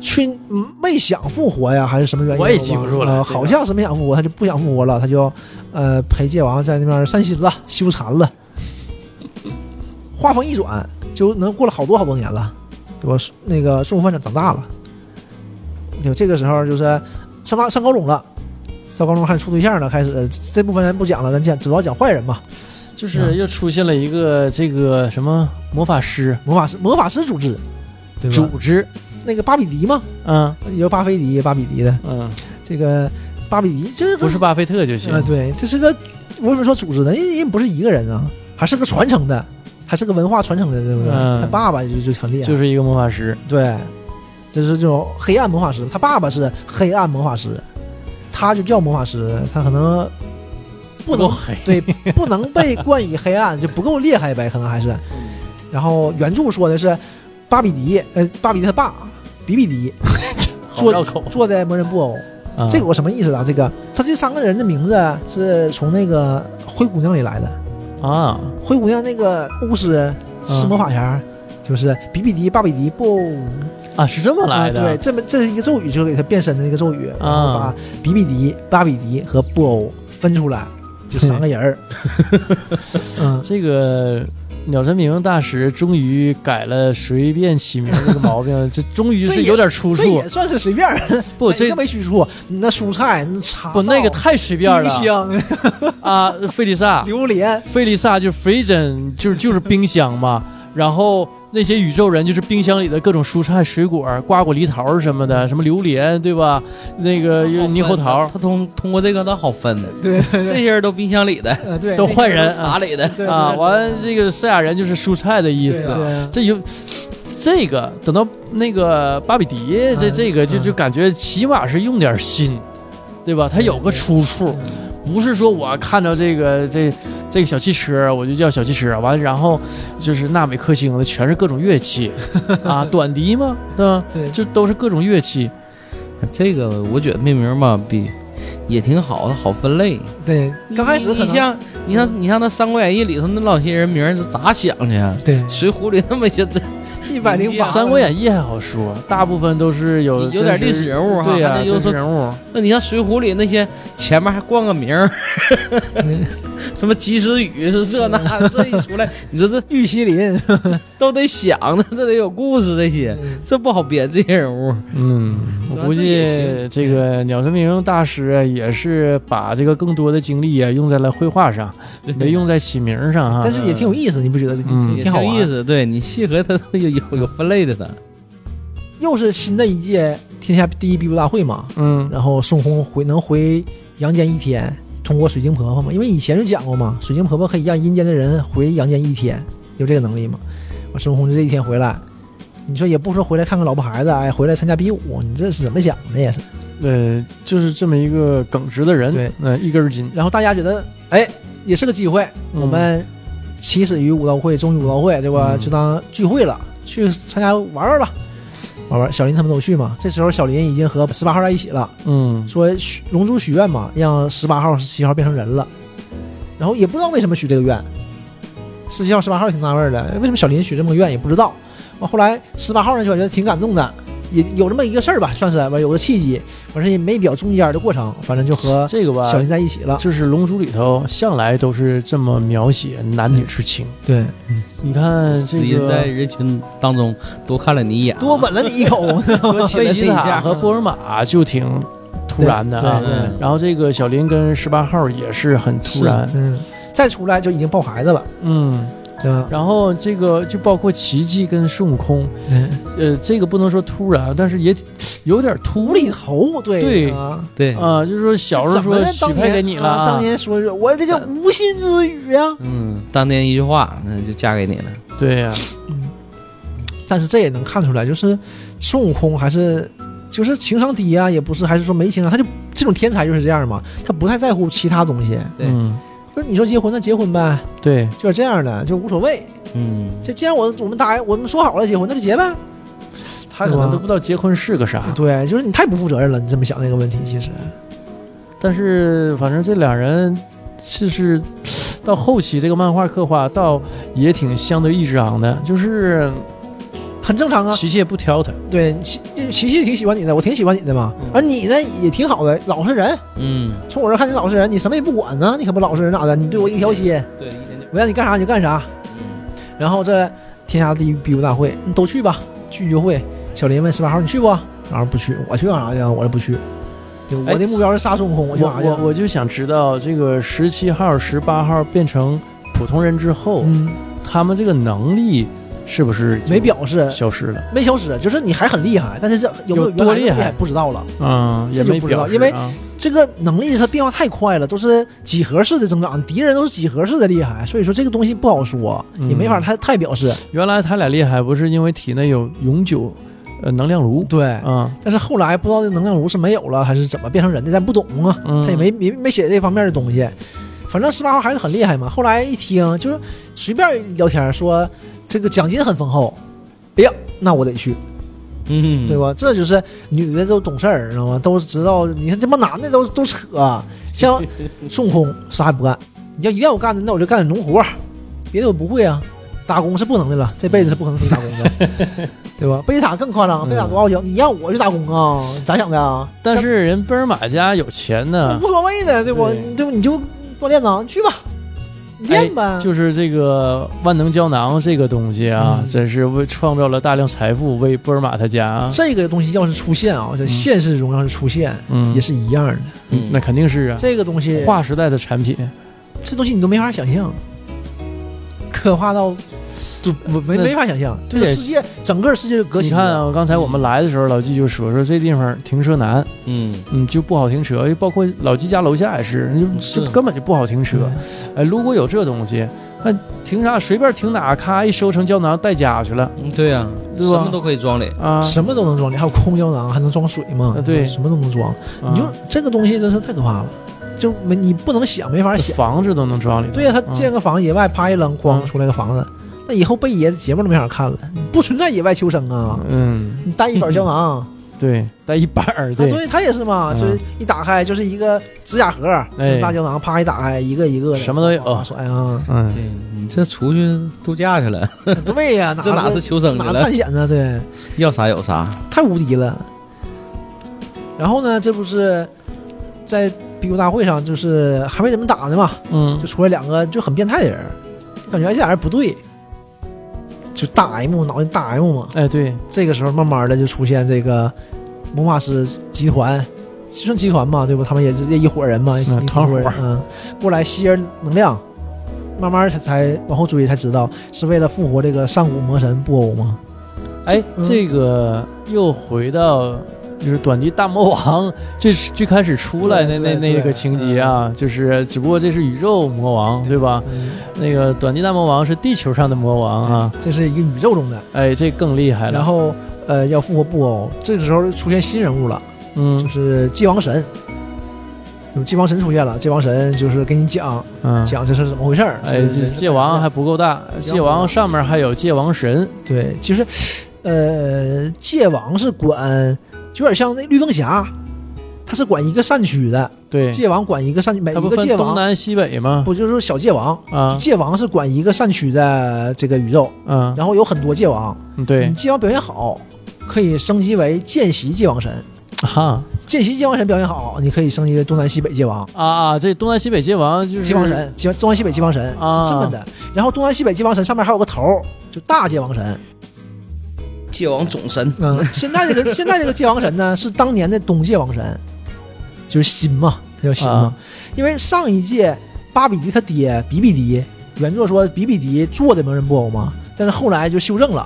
去嗯没想复活呀，还是什么原因？我也记不住了呃这个好像是没想复活，他就不想复活了，他就呃陪界王在那边散心了，修禅了。话锋一转，就能过了好多好多年了，对吧？那个孙悟饭长长大了，对，这个时候就是上大上高中了。上高中开始处对象了，开始这部分咱不讲了，咱讲主要讲坏人嘛，就是又出现了一个这个什么魔法师魔法师魔法师组织，对吧？组织，那个巴比迪嘛，嗯有巴菲迪、巴比迪的嗯，这个巴比迪， <laughs> 这不是巴菲特就行啊、，对，这是个我为什么说组织呢？因为因为不是一个人啊，还是个传承的，还是个文化传承的，对不对？嗯他爸爸就就很厉害，就是一个魔法师，对，就是这种黑暗魔法师，他爸爸是黑暗魔法师，他就叫魔法师，他可能不够能黑，对，不能被冠以黑暗，就不够厉害呗，可能还是。嗯然后原著说的是巴比迪，呃，巴比迪他爸比比迪 <laughs> 好做绕口，做的魔人布偶，啊这个我什么意思啊？这个他这三个人的名字是从那个灰姑娘里来的，啊，灰姑娘那个巫师是嗯魔法侠。就是比比迪、巴比迪、布啊，是这么啊，来的。对，这么这是一个咒语，就是给他变身的那个咒语，然后把啊比比迪、巴比迪和布偶分出来，就三个人 <laughs> 儿。嗯，这个鸟神明大师终于改了随便起名这个毛 <laughs> 病，这终于这是也有点出这处也。算是随便儿，不， <laughs> 哪这个没虚处，那蔬菜、那茶不那个太随便了冰箱、 <laughs> 啊！费丽萨，榴莲，费丽萨就是 f r i g e n 就是就是冰箱嘛。然后那些宇宙人就是冰箱里的各种蔬菜、水果、瓜果、梨桃什么的，什么榴莲，对吧？那个猕猴桃他通通过这个他好分的，对对这些人都冰箱里的，呃对都坏人啊茶里的，对啊，对完了这个赛亚人就是蔬菜的意思。对啊这有这个，等到那个巴比迪，这嗯这个就嗯就感觉起码是用点心，对吧？他有个出处，不是说我看到这个这这个小汽车我就叫小汽车，完然后就是纳美克星的全是各种乐器啊，短笛嘛，对吧？对就都是各种乐器，这个我觉得命名吧比也挺好，它好分类。对，刚开始可你能像你像你像那《三国演义》里头那老些人名儿是咋想去啊？对《水浒》里那么些，一百零八《三国演义》还好说，大部分都是有有点真实历史人物哈对呀、还得有真说实人物。那你像《水浒》里那些前面还冠个名儿， <laughs> 什么及时雨是这那嗯的 <laughs> 这一出来， <laughs> 你说这玉麒麟， <laughs> 都得想着， <laughs> 这得有故事，这些这不好编这些人物。嗯，我是吧估这也计行这个鸟神明大师啊也是把这个更多的精力啊用在了绘画上， <laughs> 没用在起名上哈。但是也挺有意思，你不觉得？嗯也挺好玩意思。对你细合它它有有有分类的它。又是新的一届天下第一比武大会嘛，嗯然后孙悟空回能回阳间一天，通过水晶婆婆嘛，因为以前就讲过嘛，水晶婆婆可以让阴间的人回阳间一天，有这个能力嘛。我孙悟空就这一天回来，你说也不说回来看看老婆孩子，哎，回来参加比武，你这是怎么想的也是？呃，就是这么一个耿直的人，对，呃，一根筋。然后大家觉得，哎，也是个机会，嗯我们起始于武道会，终于武道会，对吧？嗯就当聚会了，去参加玩玩吧，玩玩。小林他们都去嘛。这时候小林已经和十八号在一起了，嗯说许龙珠许愿嘛，让十八号、十七号变成人了。然后也不知道为什么许这个愿，十七号、十八号也挺纳闷儿的，为什么小林许这么个愿也不知道。完后来十八号呢就感觉挺感动的，也有这么一个事儿吧，算是完有个契机，完事也没表中间的过程，反正就和这个吧，小林在一起了。就是《龙珠》里头向来都是这么描写男女之情。对，你看只嗯这因 <laughs> 在个。人群当中多看了你一眼，多吻了 <laughs> 你一口， <laughs> 多亲贝了你吉一塔下。和波尔玛就挺突然的啊对，对嗯然后这个小林跟十八号也是很突是然，嗯，再出来就已经抱孩子了，嗯，对吧？然后这个就包括奇迹跟孙悟空，嗯，呃，这个不能说突然，啊但是也有点无突厘然头，对对啊，对，啊、就是说小时候怎么说的许当配年给你了啊啊，当年说是我这叫无心之语啊。嗯，当年一句话，那就嫁给你了。对呀、但是这也能看出来，就是孙悟空还是就是情商低啊，也不是，还是说没情商，他就这种天才就是这样嘛，他不太在乎其他东西，对嗯，就是你说结婚那结婚呗，对，就是这样的，就无所谓。嗯，这既然我我们答应我们说好了结婚，那就结呗。他可能都不知道结婚是个啥，对，就是你太不负责任了，你这么想这个问题，其实但是反正这两人就是到后期这个漫画刻画倒也挺相得益彰的，就是很正常啊。琪琪也不挑他，对，琪琪琪挺喜欢你的，我挺喜欢你的嘛。而你呢，也挺好的，老实人。嗯，从我这儿看你老实人，你什么也不管啊呢，你可不老实人咋的？你对我一条心，对，一点点。嗯我让你干啥你就干啥。然后这天下第一比武大会，你都去吧，去你就会。小林问十八号你去不？然后不去，我去干啥去啊？我这不去。对哎我的目标是杀孙悟空，我我去干啥去我啊？我就想知道这个十七号、十八号变成普通人之后，嗯，他们这个能力是不是就没表示，消失了？没消失，就是你还很厉害，但是这有没有有多厉害原来的害不知道了。嗯，也这就没不知道表示啊，因为这个能力它变化太快了，都是几何式的增长，敌人都是几何式的厉害，所以说这个东西不好说，嗯也没法太太表示。原来他俩厉害不是因为体内有永久呃能量炉对，啊，但是后来不知道这能量炉是没有了还是怎么变成人的，咱不懂啊，嗯他也没没没写这方面的东西。反正十八号还是很厉害嘛。后来一听就是随便聊天说这个奖金很丰厚，哎呀，那我得去，嗯，对？吧？这就是女的都懂事儿，知道吗？都知道你看这帮男的都都扯，啊 <laughs> 像孙悟空啥也不干，你要一定要我干的，那我就干点农活儿，别的我不会啊。打工是不能的了，这辈子是不可能出去打工的， <laughs> 对吧？贝塔更夸张，嗯贝塔多傲娇，你让我去打工啊？咋想的啊？但是人贝尔玛家有钱呢无，所谓的，对不？嗯对你就你就锻炼呐，你去吧，你练呗。哎就是这个万能胶囊这个东西啊，嗯真是为创造了大量财富，为贝尔玛他家啊，这个东西要是出现啊，在现实中要是出现，嗯，也是一样的。嗯，嗯那肯定是啊，这个东西，划时代的产品，这东西你都没法想象，可怕到就我没没法想象，这个对世界整个世界就革你新看了。啊，刚才我们来的时候，老纪就说说这地方停车难，嗯，嗯，就不好停车，包括老纪家楼下也是，嗯就是就根本就不好停车。哎，如果有这东西，那停啥随便停哪，咔一收成胶囊带家去了，嗯对呀，什对吧么都可以装里，啊，什么都能装，你还有空胶囊，还能装水嘛啊？对什么都能装。你就啊这个东西真是太可怕了，就没你不能想，没法想。房子都能装里头。对呀，他嗯建个房，野外啪一扔，咣嗯出来个房子，那以后贝爷的节目都没法看了，不存在野外求生啊！嗯，你带一本胶囊，啊，对，带一板儿， <laughs> 对，对他也是嘛，嗯就是一打开就是一个指甲盒，哎大胶囊啪一打开，一个一个的，什么都有哇甩啊！嗯，对你这出去度假去了，对呀，这哪是是求生去哪是了？探险呢？对，要啥有啥，太无敌了。然后呢，这不是在 BQ 大会上，就是还没怎么打呢嘛，嗯就，出来两个就很变态的人，就感觉哎这俩人不对，就大 M 脑袋大 M 嘛。哎，对，这个时候慢慢的就出现这个魔法师集团，就算集团嘛，对吧？他们也是这一伙人嘛，一嗯一团伙伙人，嗯，过来吸人能量，慢慢才才往后追才知道是为了复活这个上古魔神布欧嘛。哎，嗯这个又回到就是短笛大魔王 <laughs> 最最开始出来那那对对那个情节啊，就是只不过这是宇宙魔王对吧？嗯，那个短笛大魔王是地球上的魔王啊，这是一个宇宙中的，哎，这更厉害了。然后呃要复活布欧，这个时候出现新人物了，就嗯是界王神。有界王神出现了，界王神就是跟你讲嗯，讲这是怎么回事儿。哎，是这界王还不够大，界王上面还有界王神，对，其实，呃，界王是管，就有点像那绿灯侠，他是管一个善区的，对，界王管一个善区，每他一不个分界东王南西北吗？不就是说小界王？啊，界王是管一个善区的这个宇宙，嗯，然后有很多界王，对你，界王表现好，可以升级为见习界王神。哈见习界王神表现好，你可以升级为东南西北界王。啊啊，这东南西北界王就是界王，神，界东南西北界王神、嗯啊是这么的。然后东南西北界王神上面还有个头儿，就大界王神。界王总神，嗯，<laughs> 现在这个现在这个界王神呢，是当年的东界王神，就是新嘛，他叫新嘛。啊因为上一届巴比迪他爹比比迪，原作说比比迪做的魔人布偶嘛，但是后来就修正了，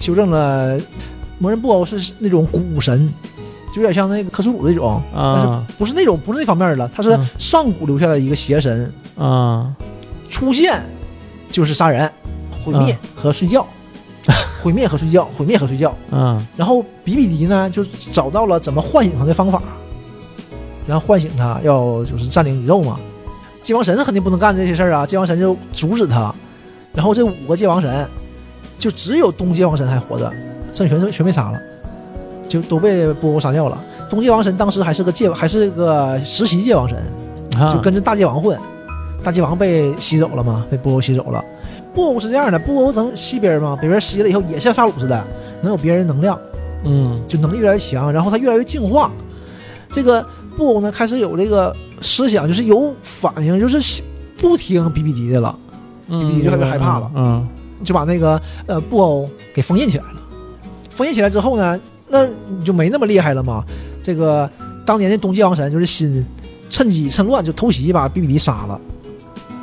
修正了魔人布偶是那种古神，就有点像那个克苏鲁那种，啊不是那种不是那方面的，他是嗯上古留下的一个邪神，啊，出现就是杀人、毁灭和睡觉，毁灭和睡觉，毁灭和睡觉。嗯然后比比迪呢，就找到了怎么唤醒他的方法，然后唤醒他要就是占领宇宙嘛。界王神肯定不能干这些事儿啊，界王神就阻止他。然后这五个界王神，就只有东界王神还活着，剩全全被杀了，就都被波欧杀掉了。东界王神当时还是个界，还是个实习界王神，啊，就跟着大界王混，大界王被吸走了嘛，被布欧吸走了。布欧是这样的，布欧能吸别人吗？别人吸了以后也像萨鲁似的，能有别人能量，嗯就能力越来越强，然后他越来越进化。这个布偶呢，开始有这个思想，就是有反应，就是不听比比迪的了，嗯，你就特别害怕了嗯就把那个呃布偶给封印起来了。封印起来之后呢，那你就没那么厉害了嘛。这个当年的东界王神就是新，趁机趁乱就偷袭把比比迪杀了。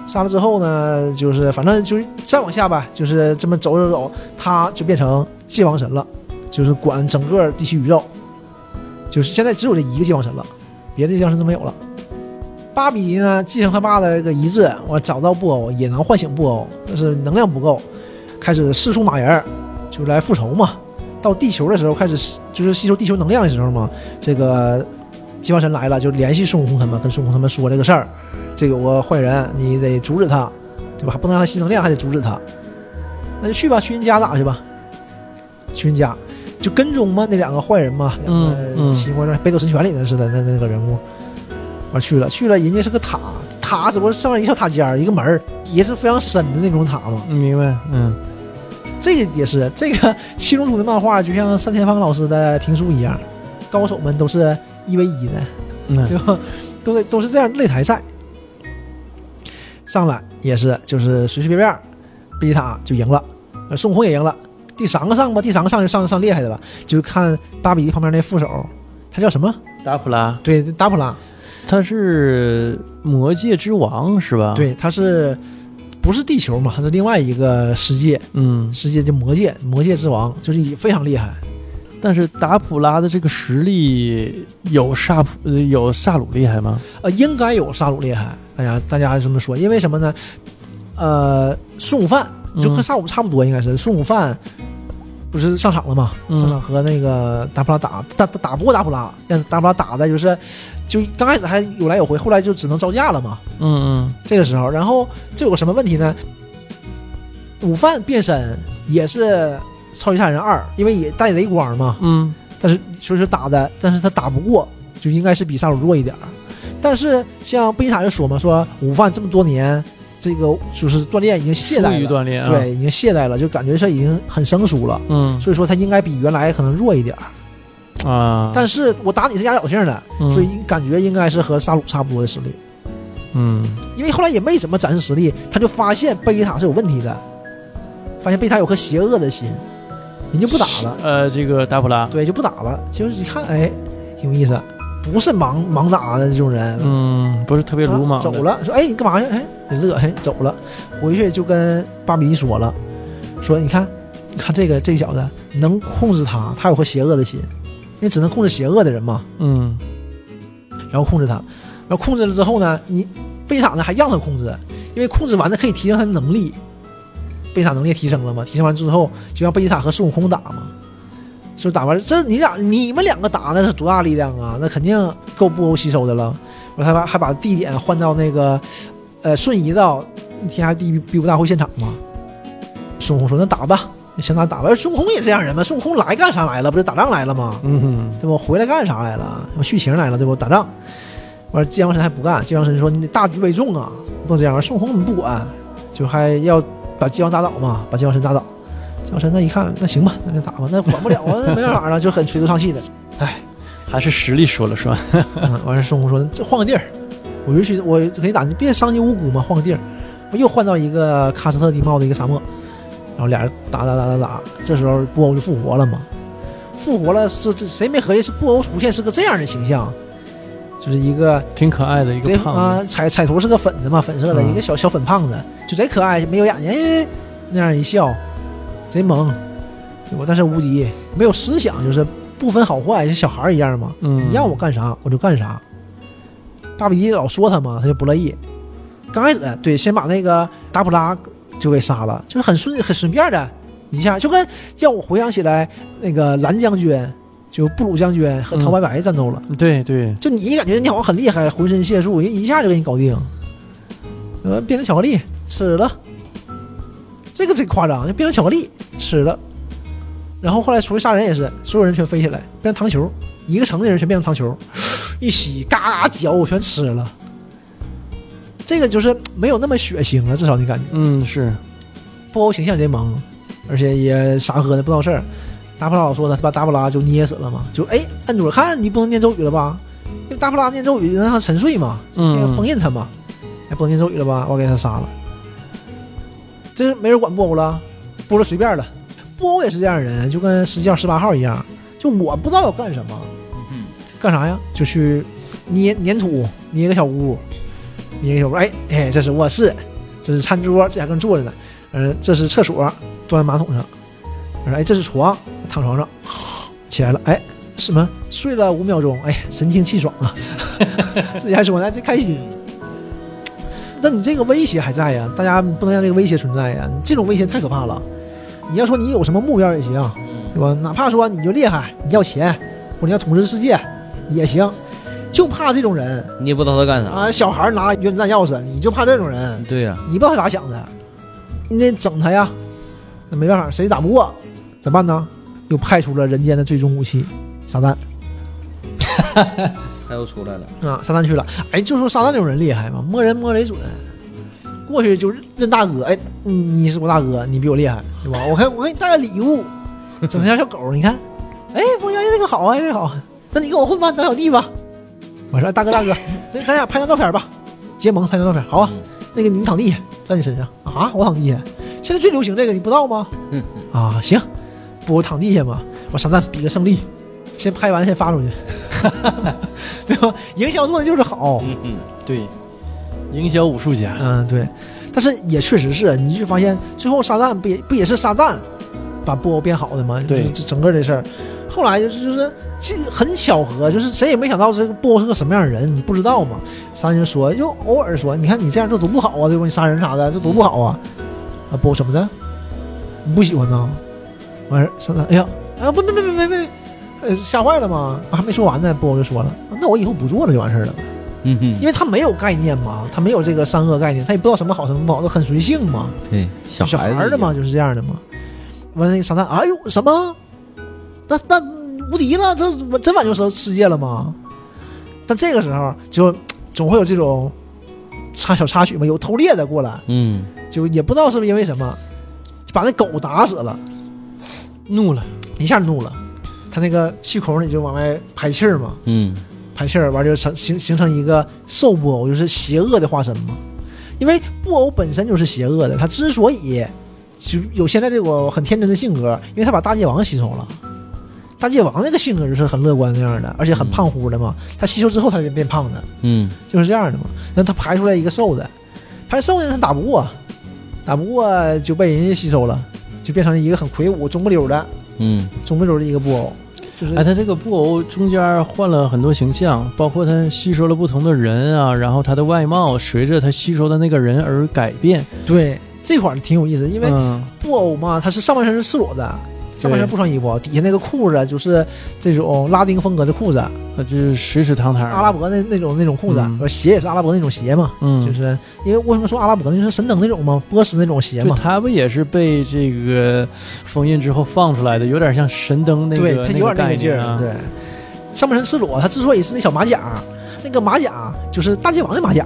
杀了之后呢，就是反正就是再往下吧，就是这么走走走，他就变成界王神了，就是管整个地区宇宙。就是现在只有这一个界王神了，别的界王神都没有了。巴比迪呢，继承他爸的这个遗志，我找到布偶也能唤醒布偶，但是能量不够，开始四处马人儿，就来复仇嘛。到地球的时候，开始就是吸收地球能量的时候嘛，这个金王神来了，就联系孙悟空他们，跟孙悟空他们说这个事儿，这有个坏人，你得阻止他，对吧？还不能让他吸能量，还得阻止他。那就去吧，去人家打去吧。去人家就跟踪嘛，那两个坏人嘛，两嗯嗯个呃奇魔北斗神拳里头似的那那个人物，完啊去了，去了，人家是个塔，塔只不过上面一小塔尖儿，一个门儿，也是非常深的那种塔嘛。嗯，明白，嗯这个也是这个 <laughs> 七龙珠的漫画，就像单田芳老师的评书一样，高手们都是一 v 一的， <laughs> 嗯对吧？都得都是这样擂台赛。上来也是就是随随便便，贝吉塔就赢了，呃孙悟空也赢了。第三个上吧，第三个上就上上厉害的了，就看巴比旁边那副手，他叫什么？达普拉对，达普拉，他是魔界之王是吧？，对，他是不是地球嘛，它是另外一个世界，嗯，世界就魔界，魔界之王就是也非常厉害。但是达普拉的这个实力有萨普呃有萨鲁厉害吗？呃，应该有萨鲁厉害，大家大家这么说，因为什么呢？呃，孙悟饭就和嗯萨鲁差不多，应该是孙悟饭不是上场了嘛？嗯上场和那个达普拉打打打打不过达普拉，让达普拉打的就是就刚开始还有来有回，后来就只能招架了嘛。嗯嗯这个时候，然后这有个什么问题呢？午饭变身也是《超级赛亚人二》，因为也带雷光嘛，嗯但是所以说打的，但是他打不过，就应该是比萨鲁弱一点儿。但是像贝吉塔就说嘛，说午饭这么多年，这个就是锻炼已经懈疏于怠了，锻炼啊，，对，已经懈怠了，就感觉是已经很生疏了。嗯所以说他应该比原来可能弱一点儿。啊，但是我打你是压倒性的，嗯所以感觉应该是和萨鲁差不多的实力。嗯因为后来也没怎么展示实力，他就发现贝吉塔是有问题的，发现贝吉塔有颗邪恶的心，人就不打了。呃这个达普拉，对，就不打了。就是一看，哎，挺有意思，不是盲盲打的这种人，嗯，不是特别鲁莽啊的，走了，说哎你干嘛去？哎，你乐，哎走了，回去就跟巴比说了，说你看，你看这个这小子能控制他，他有颗邪恶的心，因为只能控制邪恶的人嘛，嗯然后控制他，然后控制了之后呢，你贝塔呢还让他控制，因为控制完了可以提升他的能力，贝塔能力也提升了嘛，提升完之后就让贝塔和孙悟空打嘛，是不是打完这你俩你们两个打那是多大力量啊？那肯定够不够吸收的了。我还把还把地点换到那个呃瞬移到天下第一比武大会现场嘛。孙悟空说：“那打吧，想打打吧。”哎孙悟空也这样人嘛，孙悟空来干啥来了？不就打仗来了吗？嗯哼对吧？回来干啥来了？我续情来了，对不？打仗。完了，界王神还不干，界王神说：“你得大局为重啊，不能这样。”孙悟空怎么不管？就还要把界王打倒嘛，把界王神打倒。界王神那一看，那行吧，那就打吧，那管不了啊，那没办法了，就很垂头丧气的。还是实力说了 <laughs> 算，嗯，完事孙悟空说：“这换个地儿，我允许我可以打，你别伤及无辜嘛，换个地儿。”又换到一个喀斯特地貌的一个沙漠，然后俩人打打打打打，这时候布欧就复活了嘛，复活了，这这谁没合计是布欧出现是个这样的形象，就是一个挺可爱的一贼个胖啊子，彩彩图是个粉的嘛，粉色的、嗯一个小小粉胖子，就贼可爱，没有眼睛，哎那样一笑，贼萌，对吧？但是无敌，没有思想，就是不分好坏，就小孩儿一样嘛。嗯，你让我干啥我就干啥。巴比利老说他嘛，他就不乐意。刚开始对，先把那个达普拉就给杀了，就是很顺很顺便的一下，就跟让我回想起来那个蓝将军，就布鲁将军和陶白白战斗了。对对，就你感觉你好像很厉害，浑身解数，人一下就给你搞定。呃，变成巧克力吃了，这个最夸张，就变成巧克力吃了。然后后来出去杀人也是，所有人全飞起来，变成糖球，一个城的人全变成糖球，一吸嘎嘎嚼，全吃了。这个就是没有那么血腥了，至少你感觉。嗯是，布欧形象贼萌，而且也傻呵的不闹事儿。达普拉老说他把达普拉就捏死了嘛，就哎摁住了，看你不能念咒语了吧？因为达普拉念咒语让他沉睡嘛，那个嗯封印他嘛，哎不能念咒语了吧？我给他杀了，这是没人管布欧了，布欧随便了。布欧也是这样的人，就跟十七号、十八号一样，就我不知道要干什么，嗯干啥呀？就去捏粘土，捏个小屋，捏个小屋。哎哎，这是卧室，这是餐桌，这还跟坐着呢。嗯，这是厕所，坐在马桶上。嗯，哎，这是床，躺床上，起来了。哎，什么？睡了五秒钟，哎，神清气爽啊！ <laughs> 自己还说呢，哎这开心。那你这个威胁还在呀？大家不能让这个威胁存在呀！你这种威胁太可怕了。你要说你有什么目标也行，对吧？哪怕说你就厉害，你要钱，或者你要统治世界也行，就怕这种人你也不知道他干啥。啊！小孩拿原子弹钥匙，你就怕这种人，对呀、你不知道他咋想的，你得整他呀。那没办法，谁打不过，怎么办呢？又派出了人间的最终武器撒旦他又出来了。啊！撒旦去了，哎，就说撒旦这种人厉害嘛，摸人摸贼准，过去就认大哥，哎，你你是我大哥，你比我厉害，对吧？我看我给你带个礼物，整像小狗，你看，哎，冯小姐这个好啊，这个好，那你跟我混吧，当小弟吧。我说大哥大哥，那咱俩拍张照片吧，结盟拍张照片，好啊。那个你躺地下，在你身上啊，我躺地下。现在最流行这个，你不知道吗？嗯啊，行，不我躺地下嘛，我上蛋比个胜利，先拍完先发出去， <laughs> 对吧？营销做的就是好，嗯嗯，对，营销武术家，嗯，对，但是也确实是，啊你就发现最后撒旦不也不也是撒旦把布欧变好的吗？对就是这整个这事儿。后来就是就是这很巧合，就是谁也没想到这个布欧是个什么样的人，你不知道嘛？撒旦就说，就偶尔说，你看你这样做多不好啊，对吧？你杀人啥的，这多不好啊！啊，布欧怎么的？你不喜欢呢？完事儿撒旦，哎呀，哎呀，不，没没没没没，呃，吓坏了吗？啊还没说完呢，布欧就说了，啊那我以后不做了就完事儿了。嗯哼因，为他没有概念嘛，他没有这个善恶概念，他也不知道什么好什么不好，都很随性嘛，对，小小孩孩儿的嘛，，就是这样的嘛。完了那个撒旦，哎呦什么？那那无敌了，这真挽救世世界了吗？但这个时候就总会有这种插小插曲嘛，有偷猎的过来，嗯，就也不知道是不是因为什么，就把那狗打死了，怒了一下怒了，他那个气孔里就往外排气儿嘛，嗯，排气儿，完就成形形成一个兽布偶，就是邪恶的化身嘛。因为布偶本身就是邪恶的，他之所以就有现在这个很天真的性格，因为他把大界王吸收了。大界王那个性格就是很乐观那样的，而且很嗯胖乎的嘛。他吸收之后，他就变胖的，嗯，就是这样的嘛。那他排出来一个瘦的，排出瘦的他打不过，打不过就被人家吸收了，就变成了一个很魁梧、中不溜的、嗯，中不溜的一个布偶。就是哎，他这个布偶中间换了很多形象，包括他吸收了不同的人啊，然后他的外貌随着他吸收的那个人而改变。对这块儿挺有意思，因为嗯，布偶嘛，它是上半身是赤裸的，上半身不穿衣服，底下那个裤子啊就是这种拉丁风格的裤子，他啊就是水水堂堂。阿拉伯那那种那种裤子，啊嗯而鞋也是阿拉伯那种鞋嘛，嗯，就是因为为什么说阿拉伯呢？就是神灯那种嘛，波斯那种鞋对嘛，他不也是被这个封印之后放出来的，有点像神灯那对，个它有点那概个劲念儿，啊。对，上半身赤裸，它之所以是那小马甲，那个马甲就是大界王的马甲，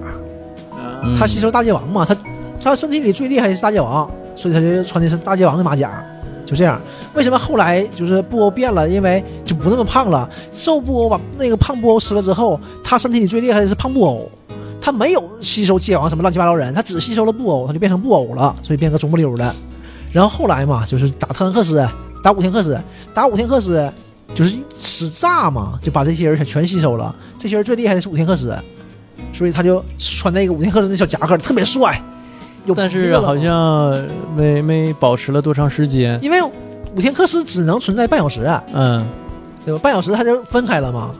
嗯他吸，收大界王嘛，他他身体里最厉害的是大界王，所以他就穿的是大界王的马甲，就这样。为什么后来就是布欧变了？因为就不那么胖了。瘦布欧把那个胖布欧吃了之后，他身体里最厉害的是胖布欧，他没有吸收界王什么乱七八糟人，他只吸收了布欧，他就变成布欧了，所以变个中不溜的。然后后来嘛，就是打特兰克斯，打五天克斯，打五天克斯就是使诈嘛，就把这些人全全吸收了。这些人最厉害的是五天克斯，所以他就穿那个五天克斯那小夹克，特别帅。有但皮子是了嘛好像没没保持了多长时间。因为五天克斯只能存在半小时、嗯，对吧？半小时他就分开了嘛，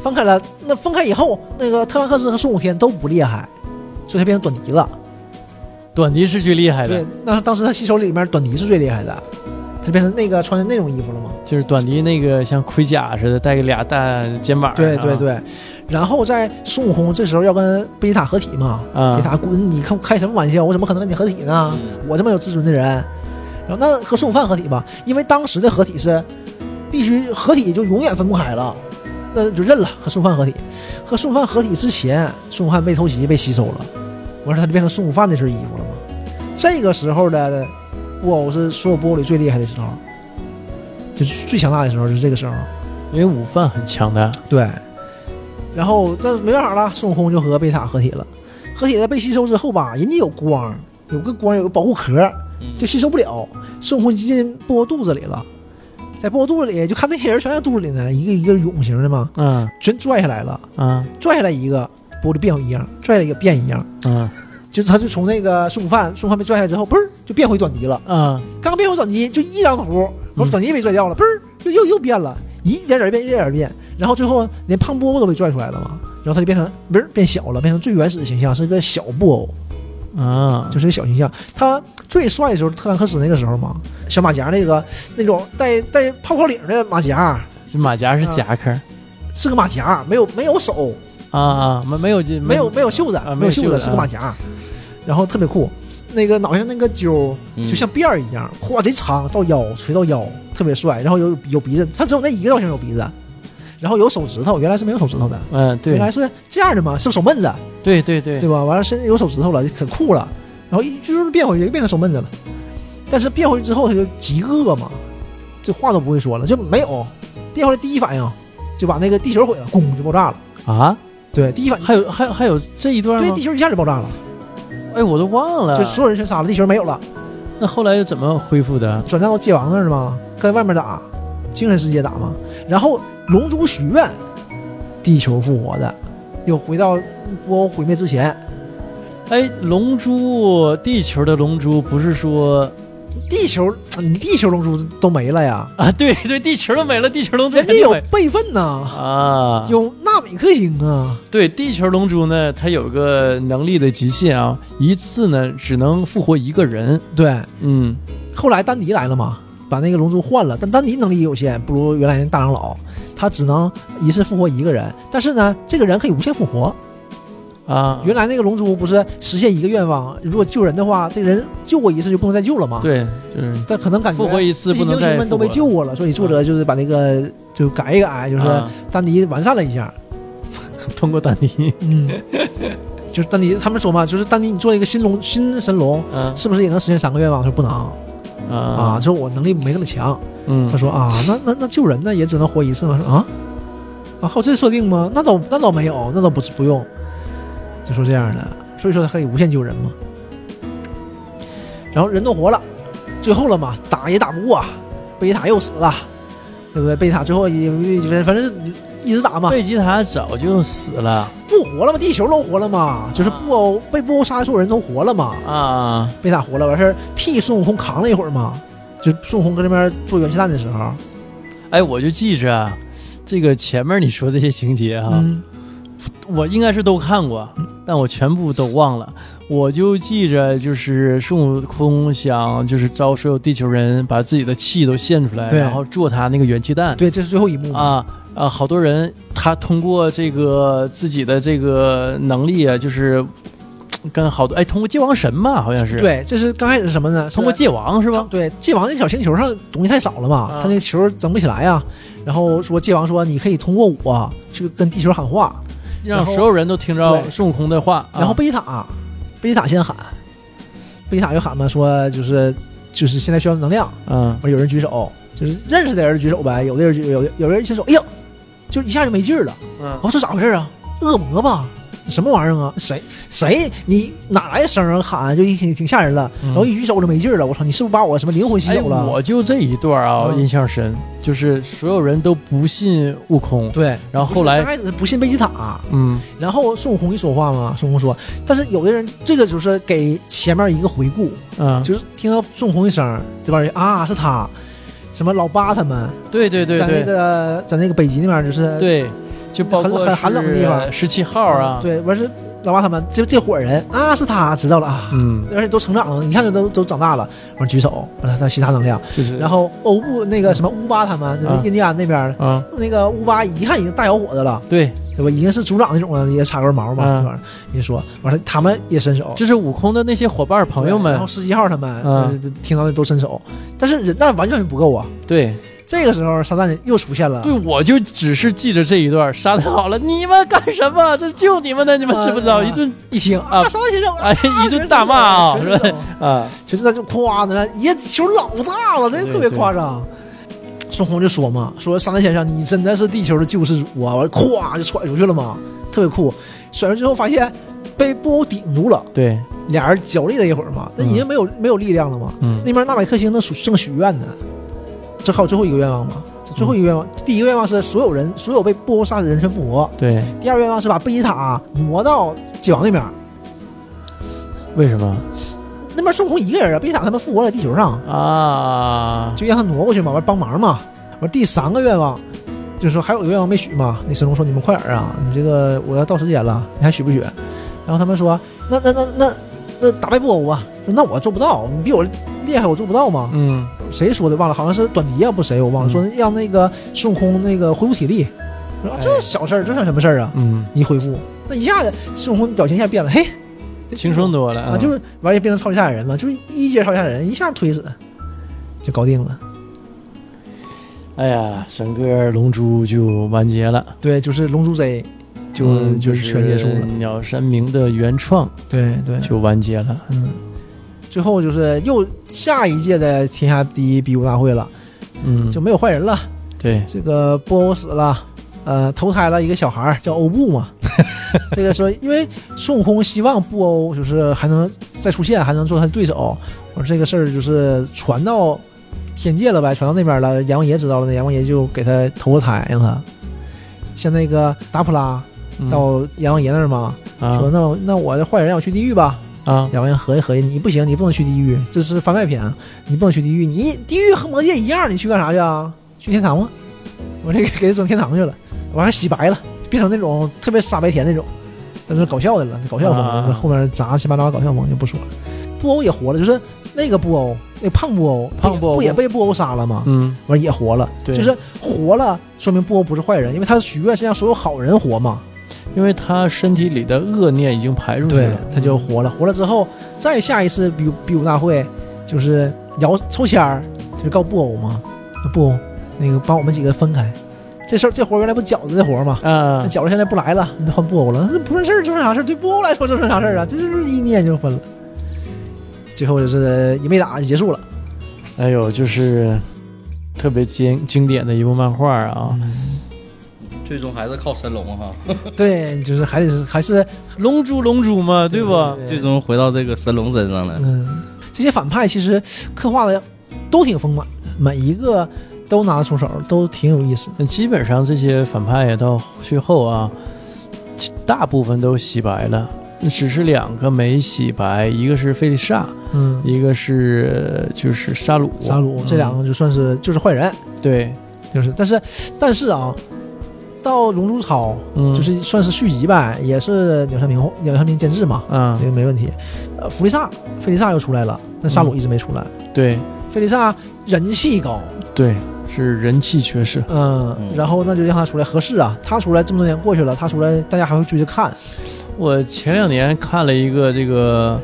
分开了。那分开以后，那个特兰克斯和孙悟天都不厉害，所以他变成短笛了。短笛是最厉害的对，，那当时他吸收里面短笛是最厉害的，他就变成那个穿的那种衣服了嘛。就是短笛那个像盔甲似的，带个俩大肩膀、啊。对对，对。然后在孙悟空这时候要跟贝吉塔合体嘛，啊贝吉，塔滚，你看开什么玩笑？我怎么可能跟你合体呢？嗯我这么有自尊的人，然后那和孙悟饭合体吧，因为当时的合体是必须合体就永远分不开了，那就认了和孙悟饭合体。和孙悟饭合体之前，孙悟饭被偷袭被吸收了，完事儿他就变成孙悟饭那身衣服了嘛。这个时候的布偶是所有布偶里最厉害的时候，就是最强大的时候，就是这个时候。因为午饭很强的。对，然后但是没办法了，孙悟空就和贝塔合体了。合体了被吸收之后吧，人家有光，有个光，有个保护壳，就吸收不了。孙悟空进布欧肚子里了，在布欧肚子里就看那些人全在肚子里呢，一个一个涌型的嘛，嗯全拽下来了，啊拽下来一个，布欧就变一样，拽下来一个变一样，啊就是他就从那个孙悟饭，孙悟饭被拽下来之后，嘣儿就变回短笛了。啊！刚变回转机就一张图，我转机被拽掉了，嘣儿又又又变了，一点点变，一点点变，然后最后连胖波波都被拽出来了嘛，然后他就变成嘣儿变小了，变成最原始的形象，是个小布偶，啊，就是一个小形象。他最帅的时候，特兰克斯那个时候嘛，小马甲那个那种带带泡泡领的马甲，这马甲是嗯夹克是个马甲，没有没有手，啊啊，没没有这没有没有袖子，啊嗯没有袖没有袖子子，是个马甲，然后特别酷。那个脑袋上那个揪，嗯就像辫儿一样，咵贼长到腰，垂到腰，特别帅。然后有有鼻子，他只有那一个造型有鼻子，然后有手指头，原来是没有手指头的，嗯，对原来是这样的嘛，是手闷子，对对对，对吧？完了现在有手指头了，就很酷了。然后一就是变回去，又变成手闷子了。但是变回去之后，他就极饿嘛，这话都不会说了，就没有。变回来第一反应就把那个地球毁了，咣就爆炸了。啊，对，第一反应，还有还有还有这一段对，吗地？球一下就爆炸了，哎，我都忘了就。所有人全杀了，地球没有了。那后来又怎么恢复的？转战到界王那儿嘛，跟外面打，精神世界打嘛。然后龙珠许愿，地球复活的，又回到波毁灭之前，哎，龙珠，地球的龙珠不是说地球，你地球龙珠都没了呀，啊？对对，地球都没了，地球龙珠人家肯定有没备份呐，啊，有纳米克星啊，对地球龙珠呢，它有个能力的极限啊，一次呢只能复活一个人。对。嗯，后来丹尼来了嘛，把那个龙珠换了，但丹尼能力也有限，不如原来那大长老，他只能一次复活一个人，但是呢，这个人可以无限复活。啊，原来那个龙珠不是实现一个愿望，如果救人的话，这个人救过一次就不能再救了嘛？。对，就是但可能感觉复活一次这不能英再雄复活们都被救过了，所以作者就是把那个就改一改，就是啊丹尼完善了一下。通过丹尼，嗯， <laughs> 就是丹尼他们说嘛，就是丹尼你做了一个新龙新神龙，嗯是不是也能实现三个愿望？说不能啊 <laughs> 啊，说我能力没那么强。嗯他说啊，那那那救人呢也只能活一次吗？说啊，啊还有这设定吗？那倒那倒没有，那倒不不用，就说这样的，所以说他可以无限救人嘛。然后人都活了，最后了嘛，打也打不过啊，贝塔又死了，对不对？贝塔最后也反正一直打嘛，贝吉塔早就死了复活了嘛，地球都活了嘛，就是布欧被布欧杀的所有人都活了嘛，啊贝塔活了，完事儿替孙悟空扛了一会儿嘛，就孙悟空搁那边做元气弹的时候，哎，我就记着啊这个前面你说这些情节哈、嗯我应该是都看过，但我全部都忘了。我就记着，就是孙悟空想就是招所有地球人，把自己的气都献出来，对然后做他那个元气弹对，这是最后一幕嘛。啊啊！好多人他通过这个自己的这个能力啊，就是嘖跟好多哎，通过界王神嘛，好像是对，这是刚开始是什么呢？通过是界王是吧？对界王那小星球上东西太少了嘛，啊他那个球整不起来呀。然后说界王说你可以通过我去跟地球喊话，让然后所有人都听着对孙悟空的话，啊然后贝塔，贝塔先喊，贝塔就喊嘛，说就是就是现在需要能量，嗯完有人举手，就是认识的人举手呗，有的人举有的有的人一伸手，哎呦，就一下就没劲儿了。嗯我说咋回事啊？恶魔吧？什么玩意儿啊？谁谁你哪来声啊？喊就一挺挺吓人了，嗯然后一举手就没劲儿了。我操，你是不是把我什么灵魂吸哎，走了？我就这一段啊，嗯印象深，就是所有人都不信悟空，对，然后后来刚开始是不信贝吉塔，嗯然后孙悟空一说话嘛，孙悟空说，但是有的人这个就是给前面一个回顾，嗯，就是听到孙悟空一声，这帮人啊是他，什么老八他们对对对在那对个在那个北极那边就是对，就包括很寒冷的地方十七号啊，对，完是老八他们这这伙人啊是他知道了啊，嗯，而且都成长了，你看这都都长大了，完举手，完了他吸他能量，就是然后欧布那嗯个什么乌巴他们就是啊印第安那边的。啊，那个乌巴一看已经大小伙子了，对，对吧？已经是组长那种了，也插根毛嘛，嗯这玩意儿。一说，完了他们也伸手，就是悟空的那些伙伴朋友然们后，十七号他们、呃嗯就是听到的都伸手，但是人那完全不够啊。对这个时候，撒旦人又出现了，对，我就只是记着这一段，杀太好了，你们干什么？这救你们呢，你们知不知道？啊一顿一 <laughs> 听啊撒旦先生，哎一顿大骂 <laughs> 啊全 <laughs> 是是吧？啊，其实他就夸呢，也球老大了，这对特别夸张。孙悟空就说嘛，说撒旦先生，你真的是地球的救世主啊！完了，咵就甩出去了嘛，特别酷。甩出去之后发现被布偶顶住了，对，俩人角力了一会儿嘛，那已经没有、没有力量了嘛。嗯那边纳米克星正许正许愿呢，这还有最后一个愿望吗？这最后一个愿望，第一个愿望是所有人所有被布欧杀死的人全复活，对，第二个愿望是把贝吉塔挪到界王那边，为什么那边孙悟空一个人啊，贝吉塔他们复活在地球上，啊？就让他挪过去嘛，完帮忙嘛。完第三个愿望，就是说还有一个愿望没许嘛，那神龙说你们快点啊，你这个我要到时间了，你还许不许？然后他们说那那那那那打败布欧啊，说那我做不到，你比我厉害我做不到嘛。嗯谁说的忘了，好像是短笛啊，不谁我忘了，嗯说让那个孙悟空那个恢复体力。我说、啊、这小事儿，这算什么事儿啊？嗯，一恢复，那一下子孙悟空表情一下变了，嘿，轻松多了嗯啊，就是完也变成超级赛亚人嘛，就是一阶超级赛亚人，一下推死就搞定了。哎呀，整个龙珠就完结了，对，就是龙珠 Z，就、嗯就是全结束了。鸟山明的原创对对，就完结了，嗯，最后就是又下一届的天下第一比武大会了，嗯，就没有坏人了。对，这个布欧死了，呃，投胎了一个小孩儿叫欧布嘛。这个说，因为孙悟空希望布欧就是还能再出现，还能做他的对手。我说这个事儿就是传到天界了呗，传到那边了，阎王爷知道了，阎王爷就给他投个胎，让他像那个达普拉嗯到阎王爷那儿嘛，啊说那我那我这坏人让我去地狱吧。啊两个人合计合计，你不行，你不能去地狱，这是番外篇，啊你不能去地狱，你地狱和魔界一样，你去干啥去啊？去天堂吗？我这个给他整天堂去了，完还洗白了，变成那种特别傻白甜那种，但是搞笑的了，搞笑风，啊后面杂七八糟搞笑风就不说了。布欧也活了，就是那个布欧，那个胖布欧，胖布欧不也被布欧杀了吗？嗯，完也活了，对就是活了，说明布欧不是坏人，因为他许愿是让所有好人活嘛。因为他身体里的恶念已经排出去对了，，他就活了。活了之后，再下一次比武比武大会就是摇抽签儿，就是告布偶嘛，布偶那个把我们几个分开。这事儿这活儿原来不饺子的活儿嘛，那啊，饺子现在不来了，那换布偶了，那不算事儿就算啥事儿，对布偶来说就算啥事儿啊，这就是一念就分了。最后就是也没打就结束了还有哎就是特别经经典的一部漫画啊，嗯最终还是靠神龙哈，对，就是还得是还是龙珠龙珠嘛，对不？最终回到这个神龙身上了。嗯，这些反派其实刻画的都挺丰满的，每一个都拿得出手，都挺有意思。那基本上这些反派也到最后啊，其大部分都洗白了，只是两个没洗白，一个是费利萨，嗯，一个是呃就是沙鲁。嗯沙鲁这两个就算是就是坏人，对，嗯就是但是但是啊，到龙珠超嗯，就是算是续集呗，也是鸟山明后鸟山明监制嘛，啊这，个没问题。呃，弗利萨菲利萨又出来了，但沙鲁一直没出来。对菲利萨人气高，对，是人气缺失。嗯，嗯然后那就让他出来合适啊。他出来这么多年过去了，他出来大家还会追着看。我前两年看了一个这个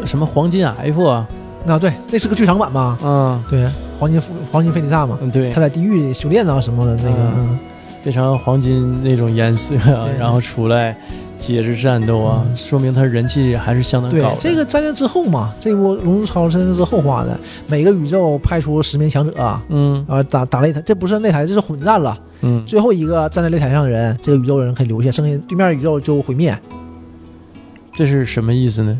呃什么黄金 F 啊，啊，对，那是个剧场版嘛，嗯对，黄金弗黄金菲利萨嘛，嗯，对他，在地狱修炼啊什么的那个，嗯嗯变成黄金那种颜色啊，对然后出来接着战斗啊，嗯说明他人气还是相当对高的。，这个灾难之后嘛，这波《龙珠超》真的是后画的，每个宇宙派出十名强者啊，嗯啊打打擂台，这不是擂台，这是混战了。嗯，最后一个站在擂台上的人，这个宇宙人可以留下，剩下对面宇宙就毁灭。这是什么意思呢？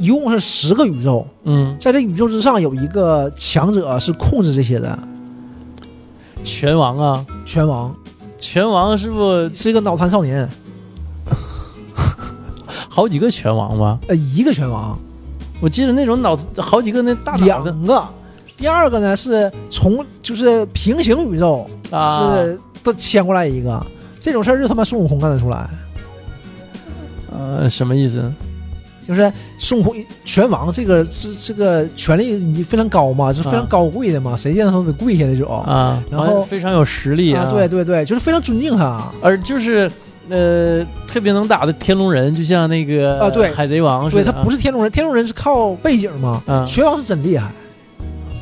一共是十个宇宙，嗯，在这宇宙之上有一个强者是控制这些的，拳王啊，拳王拳王是不是一个脑瘫少年，好几个拳王吧？呃，一个拳王，我记得那种脑好几个那大脑袋两个。第二个呢是从就是平行宇宙，啊，是他牵过来一个，这种事儿就他妈孙悟空干得出来。呃什么意思？就是孙悟空拳王这个这这个权力你非常高嘛，是非常高贵的嘛，谁见他都得跪下那种。啊，然好像后非常有实力啊，对，对对，就是非常尊敬他。而就是呃特别能打的天龙人，就像那个啊对海贼王似对的，他不是是天龙人，天龙人是靠背景嘛，啊拳王是真厉害，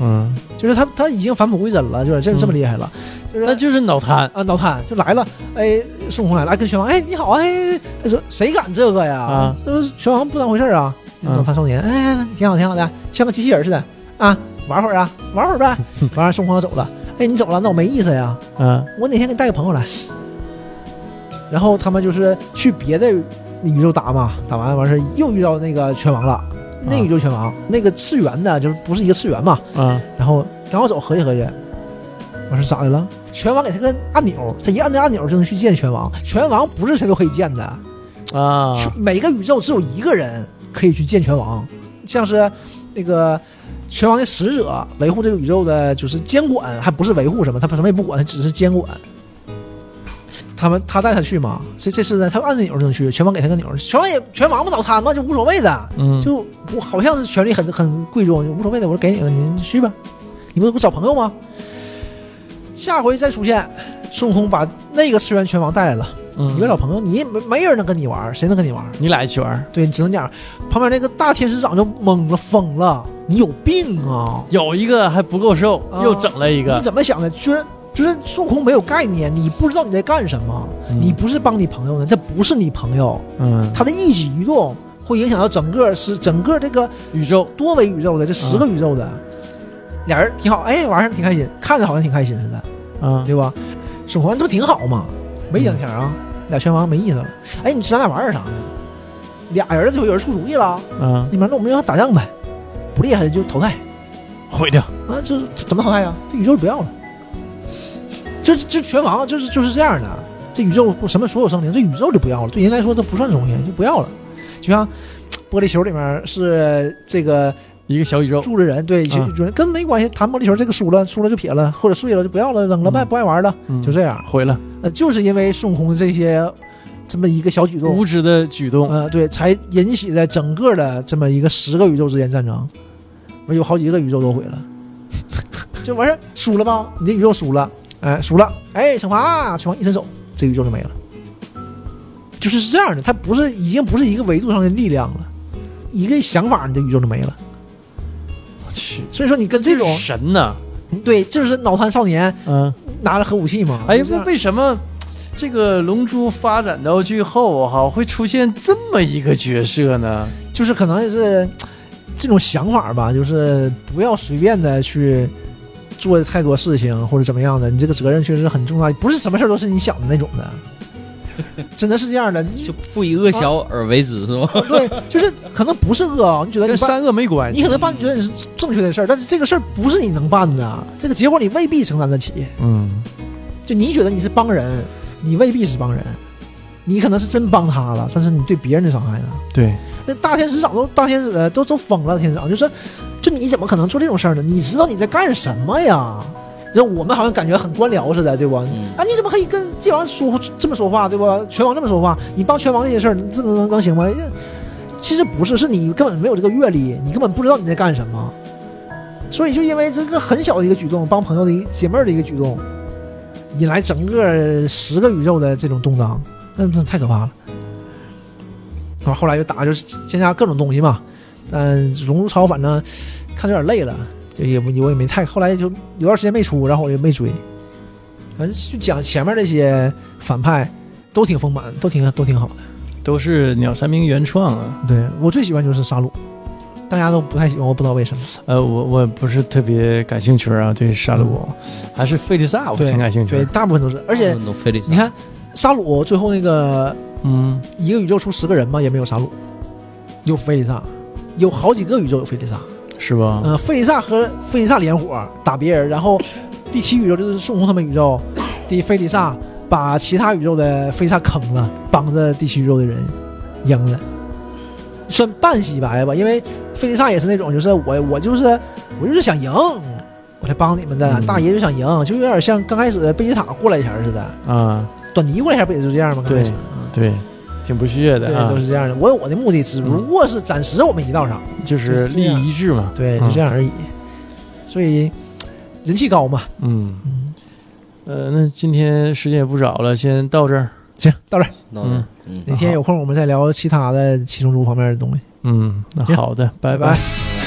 嗯，就是他他已经返璞归真了，就是这嗯这么厉害了，就是那就是脑瘫，啊脑瘫就来了，哎，孙悟空来了，哎跟拳王哎你好哎，哎说谁敢这个呀啊？这不是拳王不当回事儿啊，嗯脑瘫少年哎挺好挺好的，像个机器人似的啊，玩会儿啊玩会 <laughs> 儿呗，完了孙悟空要走了，哎你走了那我没意思呀。嗯我哪天给你带个朋友来。然后他们就是去别的宇宙打嘛，打完完事儿又遇到那个拳王了，那个宇宙拳王，那个次元的，就是不是一个次元嘛。啊然后刚要走，合计合计，我说咋的了？拳王给他个按钮，他一按那按钮就能去见拳王。拳王不是谁都可以见的，啊去每个宇宙只有一个人可以去见拳王，像是那个拳王的使者维护这个宇宙的，就是监管，还不是维护什么，他什么也不管，他只是监管。他们他带他去嘛，这这次呢，他按那钮就能去，拳王给他个钮，拳王也拳王不脑瘫嘛，就无所谓的，嗯就我好像是权力很很贵重，就无所谓的，我说给你了，您去吧，你不是给我找朋友吗？下回再出现，孙悟空把那个次元拳王带来了。嗯一个老朋友，你没没人能跟你玩儿，谁能跟你玩儿？你俩一起玩儿对，只能讲，旁边那个大天使长就懵了，疯了，你有病啊！有一个还不够瘦，啊又整了一个你，怎么想的？居然就是孙悟空没有概念，你不知道你在干什么，嗯你不是帮你朋友呢，这不是你朋友，嗯，他的一举一动会影响到整个是整个这个宇宙嗯多维宇宙的这十个宇宙的，俩人挺好，哎，玩儿挺开心，看着好像挺开心似的，啊对吧？孙悟空这不挺好吗？没影响啊，嗯俩拳王没意思了。哎，你咱俩玩点啥呢？俩人最后有人出主意了，啊你们那我们就打仗呗，不厉害的就淘汰毁掉，啊！这这怎么淘汰呀、这宇宙就不要了，就就拳王就是就是这样的，啊这宇宙什么所有生灵，这宇宙就不要了，对人来说这不算东西，就不要了。就像玻璃球里面是这个一个小宇宙，住着人，对，就啊就跟没关系，弹玻璃球这个输了，输了就撇了，或者碎了就不要了，扔了呗，嗯不爱玩了，嗯就这样。毁了，呃，就是因为孙悟空这些这么一个小举动，无知的举动，呃，对，才引起了整个的这么一个十个宇宙之间战争，完有好几个宇宙都毁了， <laughs> 就完事儿输了吧？你这宇宙输了，哎，输了，哎，惩罚，惩罚一伸手，这宇宙就没了，就是是这样的，它不是已经不是一个维度上的力量了，一个想法你这宇宙就没了，我去，所以说你跟这种神呐，对，就是脑瘫少年嗯，拿着核武器嘛，哎，就这为样为什么这个龙珠发展到最后哈，会出现这么一个角色呢？就是可能是这种想法吧，就是不要随便的去做太多事情或者怎么样的，你这个责任确实很重大，不是什么事儿都是你想的那种的，真的是这样的。你哦就不以恶小而为之是吗？对，就是可能不是恶啊，你觉得跟你办，善恶没关你系可。能办觉得你是正确的事儿，但是这个事儿不是你能办的，这个结果你未必承担得起。嗯，就你觉得你是帮人，你未必是帮人，你可能是真帮他了，但是你对别人的伤害呢？对，那大天使长都大天使呃都都疯了，天使长就说，就你怎么可能做这种事儿呢？你知道你在干什么呀？就我们好像感觉很官僚似的，对吧？嗯啊，你怎么可以跟界王说这么说话，对吧？拳王这么说话，你帮拳王这些事儿，你这能能能行吗？其实不是，是你根本没有这个阅历，你根本不知道你在干什么。所以就因为这个很小的一个举动，帮朋友的一姐妹儿的一个举动，引来整个十个宇宙的这种动荡，那那太可怕了。然后后来就打就是添加各种东西嘛，嗯，《龙珠超反正看着有点累了，就也不我也没太，后来就有段时间没出，然后我也没追，反正就讲前面那些反派都挺丰满，都挺都挺好的。都是鸟山明原创啊。对我最喜欢就是杀戮，大家都不太喜欢，我不知道为什么。呃，我我不是特别感兴趣啊，对杀戮，还是费利萨我对挺感兴趣对，。大部分都是，而且都非得你看杀戮最后那个嗯，一个宇宙出十个人嘛，也没有杀戮，有菲利萨，有好几个宇宙有菲利萨。是吧？嗯，费利萨和费利萨联伙打别人，然后第七宇宙就是孙悟空他们宇宙，第费利萨把其他宇宙的费利萨坑了，帮着第七宇宙的人赢了，算半洗白吧，因为费利萨也是那种，就是我我就是我就是想赢，我才帮你们的，嗯大爷就想赢，就有点像刚开始贝吉塔过来前似的，啊，短尼过来前不也是这样吗？刚开始嗯对。对，挺不屑对的，啊嗯都，是这样的。我有我的目的，只不过是暂时我们一道上。就是就这利样益一致嘛。对，嗯就这样而已。所以人气高嘛，嗯，嗯，呃，那今天时间也不早了，先到这儿。行，到这儿，闹嗯着，嗯，哪天有空我们再聊其他的七龙珠方面的东西。嗯，那行好的，拜拜拜。拜拜